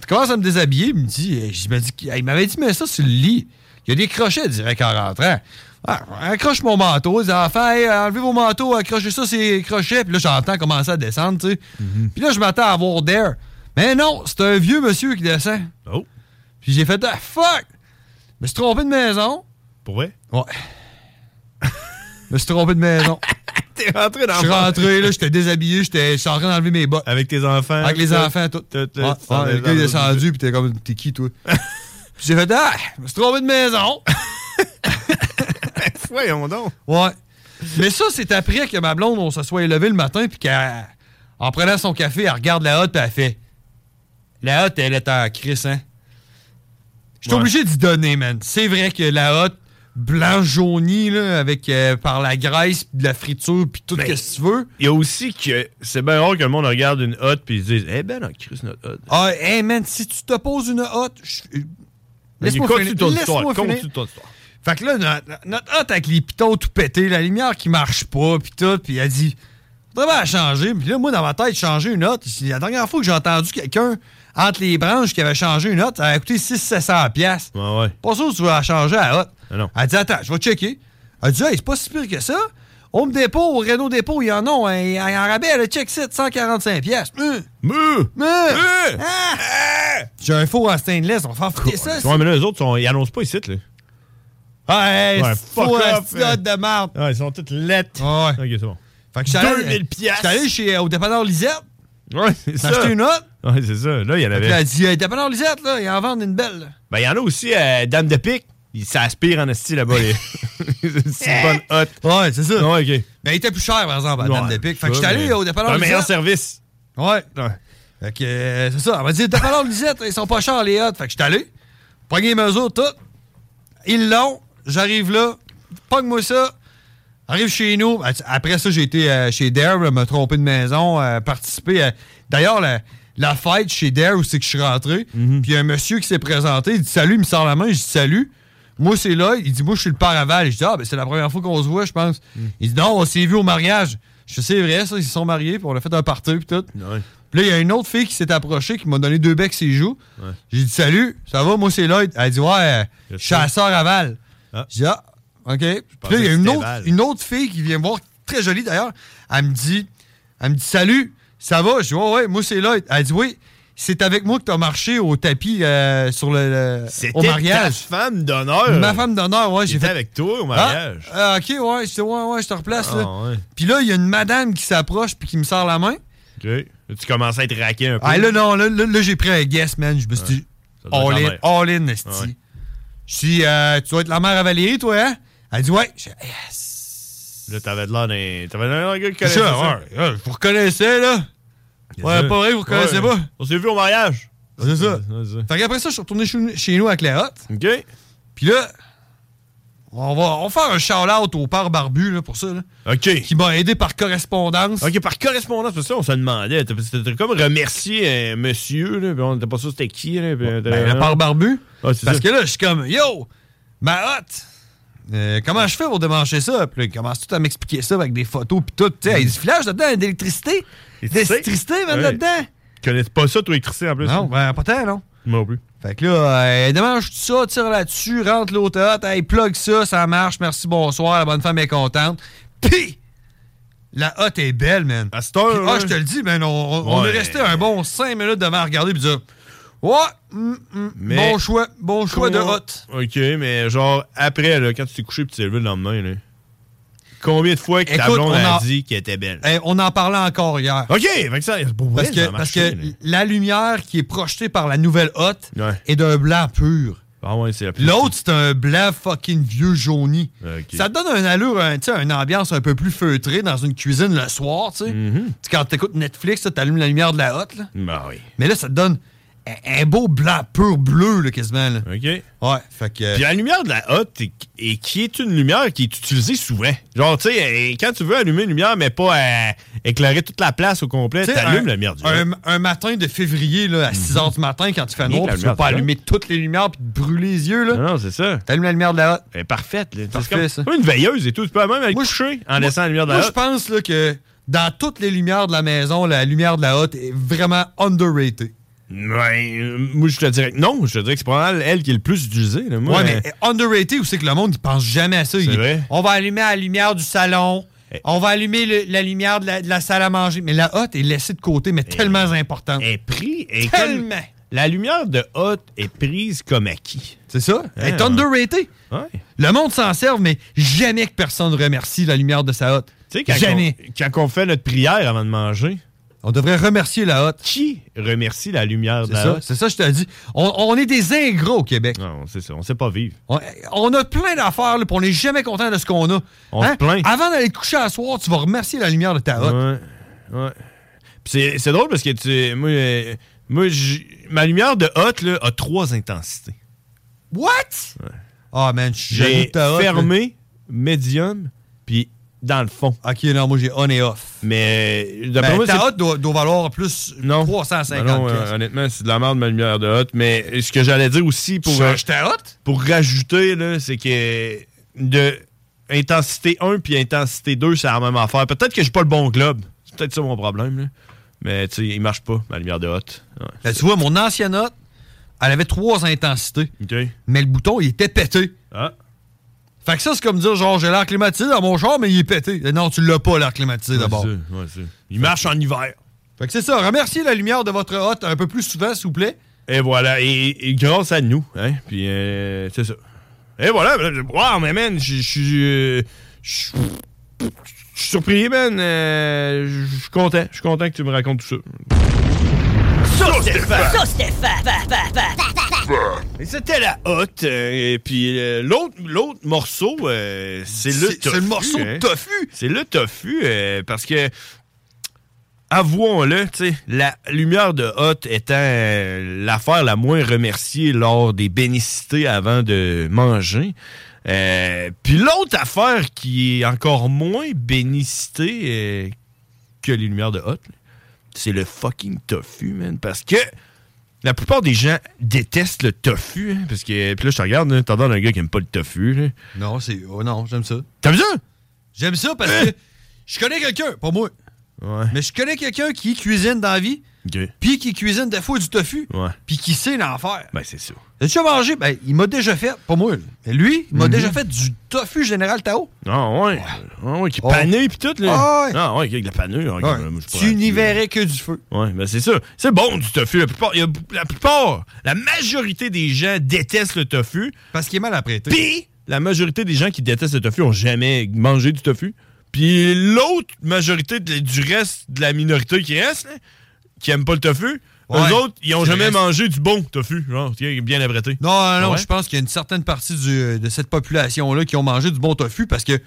Il commence à me déshabiller, il me dit, euh, je me dis qu'il- il m'avait dit, mais ça, sur le lit. Il y a des crochets direct en rentrant. Ah, accroche mon manteau, les enfants, hey, euh, enlevez vos manteaux, accrochez ça, c'est crochet. Puis là, j'entends commencer à descendre, tu sais.
Mm-hmm.
Puis là, je m'attends à voir Dare. Mais non, c'est un vieux monsieur qui descend.
Oh,
Puis j'ai fait, ah, fuck! Je me suis trompé de maison.
pour vrai?
Ouais. je me suis trompé de maison.
T'es rentré dans
Je suis rentré, là, j'étais déshabillé, j'étais, j'étais en train d'enlever mes bottes.
Avec tes enfants.
Avec les enfants, tout.
tout, tout,
Ouais,
tu t'en
ouais,
es
le gars est
dans-
descendu, puis t'es comme, t'es qui, toi? Puis j'ai fait, ah, je me suis trompé de maison.
Voyons donc.
Ouais. Mais ça, c'est après que ma blonde, on se soit levé le matin, puis qu'en en prenant son café, elle regarde la hotte, puis elle fait, la hotte, elle est en crise, hein? J'étais
Ouais.
obligé d'y donner, man. C'est vrai que la hotte, blanche jaunie, là, avec, euh, par la graisse, puis de la friture, puis tout ce
Mais-
que tu veux.
Il y a aussi que c'est bien rare que le monde regarde une hotte puis ils se disent Eh ben non, Chris, notre hotte.
Ah, hey, man, si tu te poses une hotte, je- laisse-moi
Ok,
finir.
Continue ton histoire.
Laisse-moi finir.
Continue ton histoire.
Fait que là, notre, notre hôte avec les pitons tout pétés, la lumière qui marche pas, puis tout, puis elle dit Faudrait bien la changer. Puis là, moi, dans ma tête, changer une hotte. c'est La dernière fois que j'ai entendu quelqu'un entre les branches qui avait changé une hotte, ça avait coûté 600-700$. piastres.
Ouais, Ah ouais.
Pas sûr que tu vas la changer à hotte.
Ah non.
Elle dit Attends, je vais checker. Elle dit Hey, c'est pas si pire que ça. Home Dépôt, au Renault Dépôt, il y en a un, un, en rabais, elle a check 745$. piastres. Hum,
Meuh!
hum,
Meuh!
ah! J'ai un four en stainless, on va faire foutre ça.
euh. Ouais, mais là, les autres, sont- ils annoncent pas ici, là.
Ah, hey,
Ouais,
c'est faux,
fuck
la
off,
petite hotte de merde.
Ouais, ils sont toutes lettres.
Ah ouais.
Ok, c'est bon.
Fait que j'étais allé-
2000 piastres.
J'étais allé chez, euh, au dépanneur Lisette,
Ouais, c'est
j'ai
ça.
acheté une autre.
Ouais, c'est ça. Là, il y en
Puis
avait.
elle dit, euh, dépanneur Lisette, là, il en vend une belle. là.
Ben, il y en a aussi à Dame de Pique. Ils s'aspirent en esti là-bas. les- c'est une bonne hotte.
Ouais, c'est ça.
Ouais, ok.
Mais il était plus cher, par exemple, à Ah, Dame
Ouais,
de Pique.
je
Fait que
sais,
j'étais allé
mais
euh, au dépanneur
Un meilleur
Lisette.
service.
Ouais.
Ouais.
Fait que euh, c'est ça. Elle m'a dit, dépanneur Lisette, ils sont pas chers, les hottes. Fait que j'étais allé, pogne les mesures, tout. Ils l'ont. J'arrive là, pogne-moi ça. Arrive chez nous. Après ça, j'ai été euh, chez Dare, là, me tromper de maison, euh, participer. à- D'ailleurs, la, la fête chez Dare où c'est que je suis rentré. Puis il y a un monsieur qui s'est présenté. Il dit Salut, il me sort la main. Je dis Salut. Moi, c'est là. Il dit Moi, je suis le père Aval. Je dis Ah, ben, c'est la première fois qu'on se voit, je pense. Il dit Non, on s'est vu au mariage. Je dis C'est vrai, ça, ils se sont mariés, puis on a fait un party, puis tout.
Ouais.
Puis là, il y a une autre fille qui s'est approchée, qui m'a donné deux becs ses joues.
Ouais.
J'ai dit Salut, ça va, moi c'est Lloyd. Elle dit Ouais, euh, chasseur à Val. J'ai dit Ah, OK. Puis là, il y
que
a une
c'était
autre,
Val.
une autre fille qui vient me voir, très jolie d'ailleurs. Elle me dit Elle me dit Salut, ça va? Je dis Ouais, ouais, moi c'est Lloyd. Elle dit Oui, c'est avec moi que t'as marché au tapis euh, sur le, le- au
C'était ta
mariage.
femme d'honneur.
Ma femme d'honneur, ouais, j'ai
J'étais
fait.
avec toi au
Ah,
mariage.
ah, ok, ouais, je te, ouais, ouais, je te replace.
Ah,
là.
ouais.
Puis là, il y a une madame qui s'approche puis qui me sort la main.
OK. Là, Tu commences à être raqué un peu.
Ah, là, non, là, là, là, j'ai pris un guess, man. Je me suis dit,
Ça doit
all in,
être la
all in, esti.
Ouais.
Je dis, euh, tu dois être la mère à Valérie, toi, hein? Elle dit, ouais. Je dis,
Là, t'avais de l'air d'un. T'avais de l'air d'un gars qui connaissait
C'est ça,
ça.
ouais, ouais, vous reconnaissez, là? Ouais, pas vrai, vous reconnaissez
Ouais.
pas?
On s'est vu au mariage.
C'est ça.
Ouais, c'est ça.
Fait qu'après ça, je suis retourné chez chez nous avec la hotte.
OK.
Puis là, on va, on va faire un shout-out au père barbu, là, pour ça, là,
OK.
qui m'a aidé par correspondance.
OK, par correspondance, parce que ça, on se demandait. T'as- C'était comme remercier un monsieur, là, puis on n'était pas sûr c'était qui. Là, puis,
Ben, le père barbu.
Ah, c'est
Parce
ça.
que là, je suis comme, yo, ma hotte, euh, comment je fais pour démancher ça? Puis là, il commence tout à m'expliquer ça avec des photos, puis tout. Tu sais, il y a du filage dedans, il y a de l'électricité. D'électricité, même
Ouais.
là-dedans.
Ils connaissent pas ça, toi, électricité, en plus.
Non, ben, pas tant, non.
Moi non plus.
Fait que là, euh, démange tout ça, tire là-dessus, rentre l'autre hotte, hey, plug ça, ça marche, merci, bonsoir, la bonne femme est contente. Puis, la hotte est belle, man.
À cette heure,
Puis, ah,
là-
je te le dis, man, on, on- on
Ouais.
est resté un bon 5 minutes devant à regarder, puis dire, ouais, hum, hum,
Mais-
bon choix, bon choix de hotte.
OK, mais genre, après, là, quand tu t'es couché puis tu t'es levé le lendemain, là, combien de fois que ta
Écoute,
blonde
on
a
a-
dit qu'elle était belle?
Eh, on en parlait encore hier.
OK, fait que ça, pour vrai, Ah,
Parce
ça
que,
a
parce
marché,
que
là.
la lumière qui est projetée par la nouvelle hotte
Ouais.
est d'un blanc pur.
Ah ouais, c'est la plus-
L'autre, c'est un blanc fucking vieux jauni.
Ok.
Ça te donne une allure, un, tu sais, une ambiance un peu plus feutrée dans une cuisine le soir. tu sais.
Mhm.
Tu- Quand t'écoutes Netflix, tu allumes la lumière de la hotte. là.
Ben oui.
Mais là, ça te donne un, un beau blanc pur bleu, là, quasiment. là.
OK.
Ouais, fait que...
Puis la lumière de la hotte, est- et qui est une lumière qui est utilisée souvent. Genre, tu sais, euh, quand tu veux allumer une lumière, mais pas euh, éclairer toute la place au complet,
Tu sais,
t'allumes
un-
la lumière du hotte.
un, un matin de février, là, à 6 h du matin, quand tu fais
Rien
noir,
que la
puis tu veux
lumière
pas
du Hein?
allumer toutes les lumières puis te brûler les yeux, là.
Non, non, c'est ça.
T'allumes la lumière de la hotte.
Elle est parfaite. là.
Parfait,
c'est comme,
ça.
comme une veilleuse et tout. Tu peux même aller
Moi,
coucher en
Moi-
laissant la lumière de la
Moi, je
hotte.
pense là, que dans toutes les lumières de la maison, la lumière de la hotte est vraiment underrated.
Ouais, euh, moi, je te dirais que non. Je te dirais que c'est probablement elle qui est le plus utilisée. là. Moi,
ouais,
euh,
mais underrated, où c'est que le monde, il pense jamais à ça. Il-
vrai.
On va allumer la lumière du salon.
Eh.
On va allumer le- la lumière de la, de la salle à manger. Mais la hotte est laissée de côté,
Eh.
mais tellement importante.
elle est prise. elle est comme-
tellement.
la lumière de hotte est prise comme acquis.
C'est ça? Elle est
ouais.
underrated.
Ouais.
Le monde s'en sert, mais jamais que personne remercie la lumière de sa hotte.
Tu sais, quand,
Jamais.
on- quand on fait notre prière avant de manger,
On devrait remercier la hotte.
qui remercie la lumière de
C'est
la
ça,
hotte?
c'est ça, je te le dis. On, on est des ingrats au Québec.
Non, c'est ça. On sait pas vivre.
On, on a plein d'affaires, là, puis on n'est jamais content de ce qu'on a. Hein?
On se plaint.
Avant d'aller te coucher à soir, tu vas remercier la lumière de ta hotte.
Ouais. Ouais. Puis c'est- c'est drôle parce que tu. Moi, euh, moi j'ai- ma lumière de hotte là, a trois intensités.
What? Ah, man, je suis jaloux de
J'ai
ta hotte.
fermé, médium, puis dans le fond.
là. Ok, non, moi, j'ai on et off.
Mais euh, d'après
Ben,
moi,
ta
c'est-
hotte doit, doit valoir plus
Non.
350
Non, non, euh,
piastres.
honnêtement, c'est de la merde ma lumière de hotte. Mais ce que j'allais dire aussi
Tu
pour, euh,
changes ta hotte?
pour rajouter, là, c'est que de intensité 1 puis intensité 2, c'est la même affaire. Peut-être que j'ai pas le bon globe. C'est peut-être ça mon problème. Là. Mais tu sais, il marche pas, ma lumière de hotte. Ouais.
Ben, tu vois, mon ancienne hotte, elle avait trois intensités,
OK.
mais le bouton, il était pété.
Ah.
Fait que ça, c'est comme dire, genre, j'ai l'air climatisé dans mon char, mais il est pété. Euh, Non, tu l'as pas, l'air climatisé, d'abord.
Ouais, c'est ça, ouais, c'est ça. Il marche en hiver.
Fait que c'est ça. Remerciez la lumière de votre hotte un peu plus souvent, s'il vous plaît.
Et voilà, et, et grâce à nous, hein, puis euh, c'est ça. Et voilà, ben, je- wow, mais man, je je suis... euh, Je suis- je suis surpris, man. euh, je suis content. Je suis content que tu me racontes tout ça. Et C'était la hotte, euh, et puis euh, l'autre l'autre morceau, euh, c'est le
C'est le
tofu,
morceau
hein.
de tofu.
C'est le tofu, euh, parce que, avouons-le, tu sais, la lumière de Hoth étant euh, l'affaire la moins remerciée lors des bénicités avant de manger. Euh, Puis l'autre affaire qui est encore moins bénicitée euh, que les lumières de Hoth, là, c'est le fucking tofu, man. Parce que la plupart des gens détestent le tofu, hein, parce que... Puis là, je te regarde, hein, t'entends un gars qui aime pas le tofu, là.
Non, c'est. Oh non, j'aime ça.
T'as vu ça?
J'aime ça parce que je connais quelqu'un, pas moi,
Ouais.
mais je connais quelqu'un qui cuisine dans la vie, Puis qui cuisine des fois du tofu. Puis qui sait l'en faire.
Ben, c'est ça.
T'as déjà mangé? Ben, il m'a déjà fait, pas moi, là. mais lui, il m'a
Mhm.
déjà fait du tofu général Tao.
Ah ouais. Ah ouais, qui panait puis tout, là.
Oh. Ah ouais.
Ah ouais, avec la panure. Ah,
Ouais.
moi, je suis pas
Tu
là-dessus.
n'y verrais que du feu.
Ouais, ben c'est ça. C'est bon du tofu. La plupart, il y a- la plupart, la majorité des gens détestent le tofu.
Parce qu'il est mal apprêté.
Puis, la majorité des gens qui détestent le tofu ont jamais mangé du tofu. Puis, l'autre majorité de- du reste, de la minorité qui reste, là, qui aime pas le tofu,
Ouais.
eux autres, ils ont
C'est
jamais
vrai.
mangé du bon tofu, genre, qui est bien apprêté.
Non, non, non,
ouais?
je pense qu'il y a une certaine partie du- de cette population-là qui ont mangé du bon tofu parce que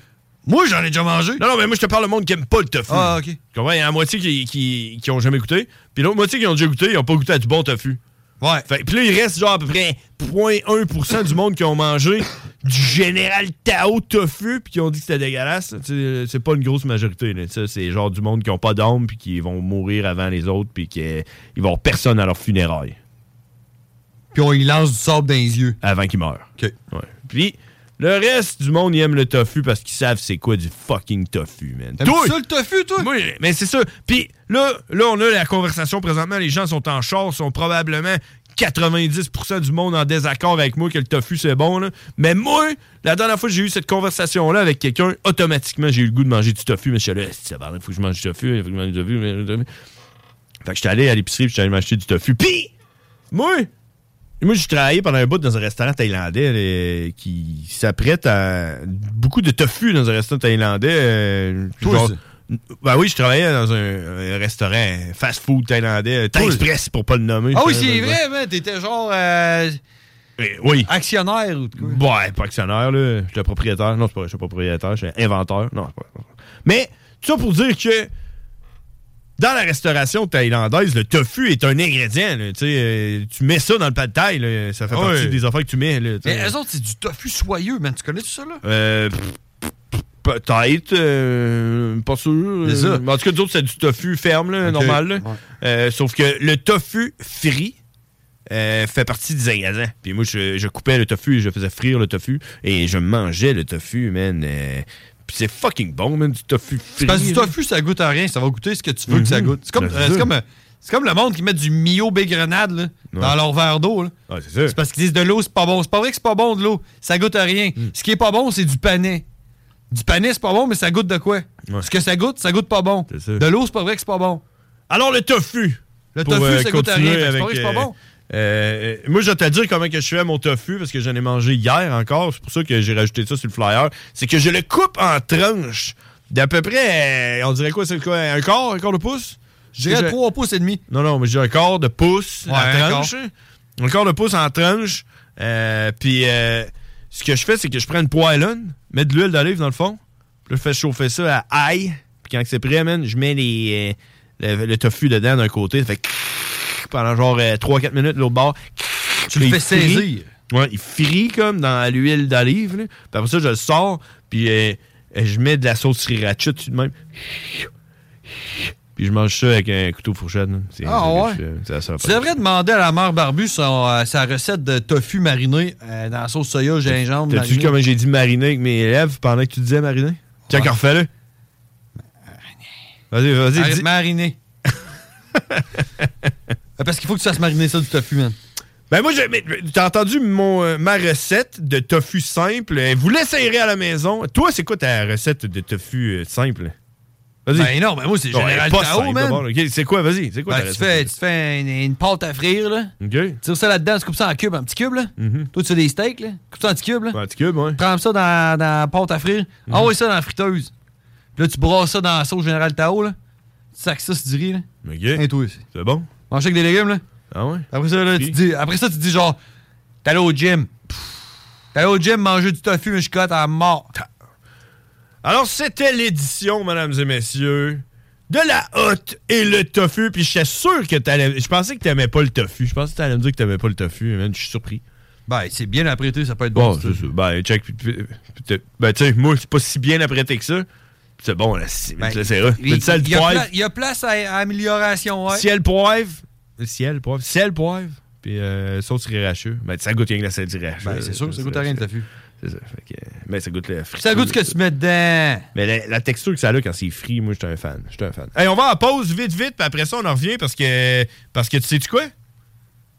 moi, j'en ai déjà mangé.
Non, non, mais moi, je te parle le monde qui aime pas le tofu.
Ah, ok.
Tu comprends? Il y a la moitié qui, qui, qui ont jamais goûté, puis l'autre moitié qui ont déjà goûté, ils ont pas goûté à du bon tofu.
Ouais.
Fait, puis là, il reste genre à peu près 0.1% du monde qui ont mangé du général Tao tofu puis qui ont dit que c'était dégueulasse. Tu sais, euh, C'est pas une grosse majorité. là. Ça, C'est genre du monde qui ont pas d'âme puis qui vont mourir avant les autres puis qu'ils vont avoir personne à leur funérailles
Puis on y lance du sable dans les yeux.
avant qu'ils meurent.
OK.
Ouais. Puis le reste du monde, ils aiment le tofu parce qu'ils savent c'est quoi du fucking tofu, man.
T'aimes
Toi,
ça le tofu, toi?
moi, mais c'est ça. Puis là, là, on a la conversation présentement. Les gens sont en char, sont probablement 90% du monde en désaccord avec moi que le tofu c'est bon. là. Mais moi, la dernière fois que j'ai eu cette conversation-là avec quelqu'un, automatiquement j'ai eu le goût de manger du tofu. Mais je suis là, Esti, ça va, il faut que je mange du tofu, il faut que je mange du tofu. mais- mais- mais- Fait que j'étais allé à l'épicerie, puis j'étais allé m'acheter du tofu. Puis, moi, moi, j'ai travaillé pendant un bout dans un restaurant thaïlandais là, qui s'apprête à beaucoup de tofu dans un restaurant thaïlandais. euh,
Toi,
genre-
c'est-
ben oui, je travaillais dans un, un restaurant fast-food thaïlandais, euh, Thaï
Cool.
Express pour pas le nommer.
Ah oui,
Je-
c'est
je-
vrai, man. T'étais genre euh,
Eh, Oui.
actionnaire ou de quoi?
Ouais, pas actionnaire, là. Je suis le propriétaire. Non, c'est pas vrai, je suis pas propriétaire, je suis inventeur. Non, c'est pas vrai. Mais, tout ça pour dire que dans la restauration thaïlandaise, le tofu est un ingrédient. là. Tu sais, euh, tu mets ça dans le pad thaï, là, ça fait
Ah Ouais.
partie des affaires que tu mets. Là, tu sais.
Mais eux autres, c'est du tofu soyeux, man. Tu connais tout ça, là?
Euh, pff, pff, Peut-être, euh, pas sûr. euh,
C'est ça.
mais en tout cas, nous autres, c'est du tofu ferme, là, normal. là. Euh, sauf que le tofu frit euh, fait partie des ingrédients. Puis moi, je, je coupais le tofu, je faisais frire le tofu et je mangeais le tofu, man. euh, puis c'est fucking bon, man, du tofu frit.
Parce que du
là.
tofu, ça goûte à rien. Ça va goûter ce que tu veux que ça goûte. C'est comme,
Ben,
euh,
c'est
c'est
ça.
comme, euh, c'est comme le monde qui met du Mio Bégrenade là, dans leur verre d'eau. là.
Ah, c'est
C'est
ça.
parce qu'ils disent de l'eau, c'est pas bon. C'est pas vrai que c'est pas bon de l'eau. Ça goûte à rien.
Mm.
Ce qui est pas bon, c'est du panais. Du panais, c'est pas bon, mais ça goûte de quoi?
Ouais.
Ce que ça goûte, ça goûte pas bon.
C'est ça.
De l'eau, c'est pas vrai que c'est pas bon.
Alors, le tofu.
Le
Pour,
tofu,
euh,
ça goûte à rien.
continuer
fait que C'est
avec,
pas vrai que c'est pas
euh,
bon.
Euh, euh, moi, je vais te dire comment que je fais à mon tofu parce que j'en ai mangé hier encore. C'est pour ça que j'ai rajouté ça sur le flyer. C'est que je le coupe en tranches d'à peu près, euh, on dirait quoi, c'est quoi, un quart, un quart de pouce?
Je dirais
je-
3 pouces et demi.
Non, non, mais j'ai un quart de pouce
Ouais,
en
un
tranche. Un quart de pouce en tranche. Euh, Puis, euh, ce que je fais, c'est que je prends une poêlonne, mets de l'huile d'olive dans le fond, puis là, je fais chauffer ça à ail. Puis quand c'est prêt, man, je mets les, euh, le, le tofu dedans d'un côté. Ça fait pendant genre euh, 3-4 minutes, de l'autre bord.
Tu le
Il
fais
frit.
saisir.
Ouais, il frit comme dans l'huile d'olive. là. Puis après ça, je le sors, puis euh, euh, je mets de la sauce sriracha dessus de même. Puis je mange ça avec un couteau fourchette. là. C'est-
Ah
c'est-
ouais?
c'est- c'est la seule
Tu
affaire.
devrais demander à la mère Barbu son, euh, sa recette de tofu mariné euh, dans la sauce soya, gingembre,
T'as-tu
mariné.
vu comment j'ai dit mariner avec mes lèvres pendant que tu disais mariner? Tiens,
Ouais.
encore refais-le. Vas-y, vas-y.
Arrête,
dis-
Mariné. Ah, Parce qu'il faut que tu fasses mariner ça du tofu, man.
Ben moi, j'ai- mais- t'as entendu mon, euh, ma recette de tofu simple. Euh, Vous l'essayerez à la maison. Toi, c'est quoi ta recette de tofu euh, simple? Vas-y.
Ben non, mais moi, c'est
Non, elle est
général
pas
Tao,
simple,
man.
d'abord. Ok, c'est quoi, vas-y, c'est quoi
Ben,
ta
tu,
recette?
fais, tu fais une, une pâte à frire, là.
OK.
Tire ça là-dedans, tu coupes ça en cubes, en petits cubes, là. Toi, tu fais des steaks, là. Coupe ça en petits cubes, là.
Un petit cube, Mm-hmm. ouais. Mm-hmm.
Trempe ça dans, dans la pâte à frire. Envoie ça dans la friteuse. Puis là, tu brasses ça dans la sauce générale Tao, là. Tu sacs ça sur du riz, là. Et
OK.
toi, aussi.
C'est bon?
Mange ça avec des légumes, là.
Ah ouais?
Après ça, là, tu
Puis?
dis, après ça, tu dis genre, t'es allé au gym. Pff, T'es allé au gym manger du tofu, mais je cote à mort.
Alors, c'était l'édition, mesdames et messieurs, de la hotte et le tofu. Puis j'étais sûr que t'allais... Je pensais que t'aimais pas le tofu. Je pensais que t'allais me dire que t'aimais pas le tofu. man. Je suis surpris.
Ben, c'est bien apprêté, ça peut être
Bon,
bon. ça.
c'est ça. Ben, check. puis- puis- puis t'es- Ben, tu sais, moi, c'est pas si bien apprêté que ça. C'est bon, là, c'est
Ben,
c'est vrai.
il,
Mais tu sais, le
il y a
poivre...
pla- il y a place à, à amélioration, ouais.
Ciel poivre. Ciel poivre. Ciel poivre. Puis euh, sauce sriracha. Ben, ça goûte rien que la sauce sriracha.
Ben, c'est sûr, ça
C'est-
goûte à rien le tofu.
C'est ça. Fait que, euh, mais ça goûte le frit.
Ça goûte ce que tu mets dedans.
Mais la, la texture que ça a quand c'est frit, moi, j'étais un fan. J'étais un fan. Hey, on va en pause vite, vite, puis après ça, on en revient parce que. Parce que tu sais-tu quoi?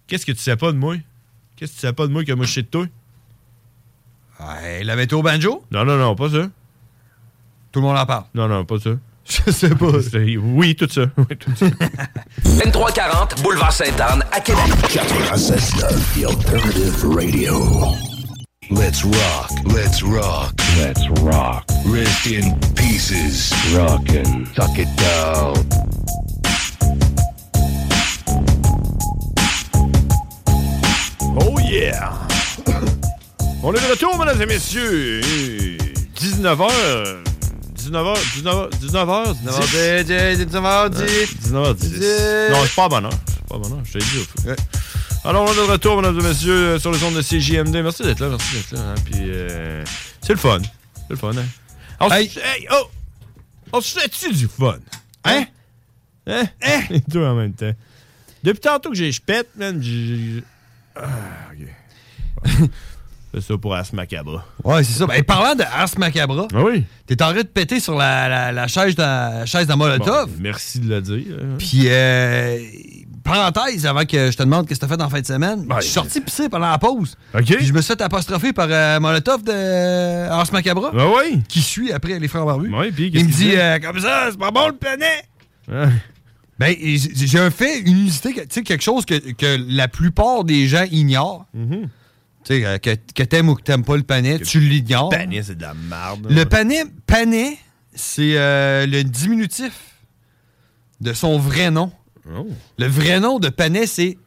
Qu'est-ce que tu sais pas de moi? Qu'est-ce que tu sais pas de moi que moi, je sais de toi?
Ouais, la météo banjo,
Non, non, non, pas ça.
tout le monde en parle.
Non, non, pas ça.
Je sais pas.
C'est- Oui, tout ça. Oui, tout ça.
2340 Boulevard Sainte-Anne à Québec.
96.9, The Alternative Radio. Let's rock, let's rock, let's rock. Rest in pieces. Rockin'. Tuck it down.
Oh yeah! On est de retour, mesdames et messieurs. 19h. 19h, 19h, 19h, 19h10. 19h10. Non, c'est pas à bonne heure. C'est pas à bonne heure, je te l'ai dit. au fond. Alors, on est de retour, mesdames et messieurs, euh, sur les ondes de CJMD. Merci d'être là, merci d'être là. hein, Puis, euh, c'est le fun. C'est le fun, hein. On se-
Hey.
hey, oh! On se fait-tu du fun? Hein? Hein? Hein? Et tout en même temps. Depuis tantôt que j'ai- je pète, man, j'ai... Ah, OK. Bon. C'est ça pour As Macabra.
Ouais, c'est ça. Ben, parlant de Ars Macabra,
Ah oui?
t'es en train de péter sur la, la, la chaise d'un la chaise d'un Molotov.
merci de le dire. hein.
Puis, euh, parenthèse, avant que je te demande qu'est-ce que t'as fait en fin de semaine,
Ouais.
je suis sorti pisser pendant la pause.
OK?
Puis je me suis fait apostropher par euh, Molotov de euh, Ars Macabra,
Ah oui? Ah
qui suit après les Frères Barbus.
Oui, puis
Il
qu'est-ce
me
qu'il
dit,
dit?
euh, comme ça, c'est pas bon le planet!
Ah.
Ben, j'ai j'ai un fait, une unité, que- tu sais, quelque chose que, que la plupart des gens ignorent.
Mm-hmm.
Tu sais, euh, que, que t'aimes ou que t'aimes pas le panais, tu l'ignores.
Panier, c'est de la merde.
Le panais, panais, c'est euh, le diminutif de son vrai nom.
Oh.
Le vrai nom de panais, c'est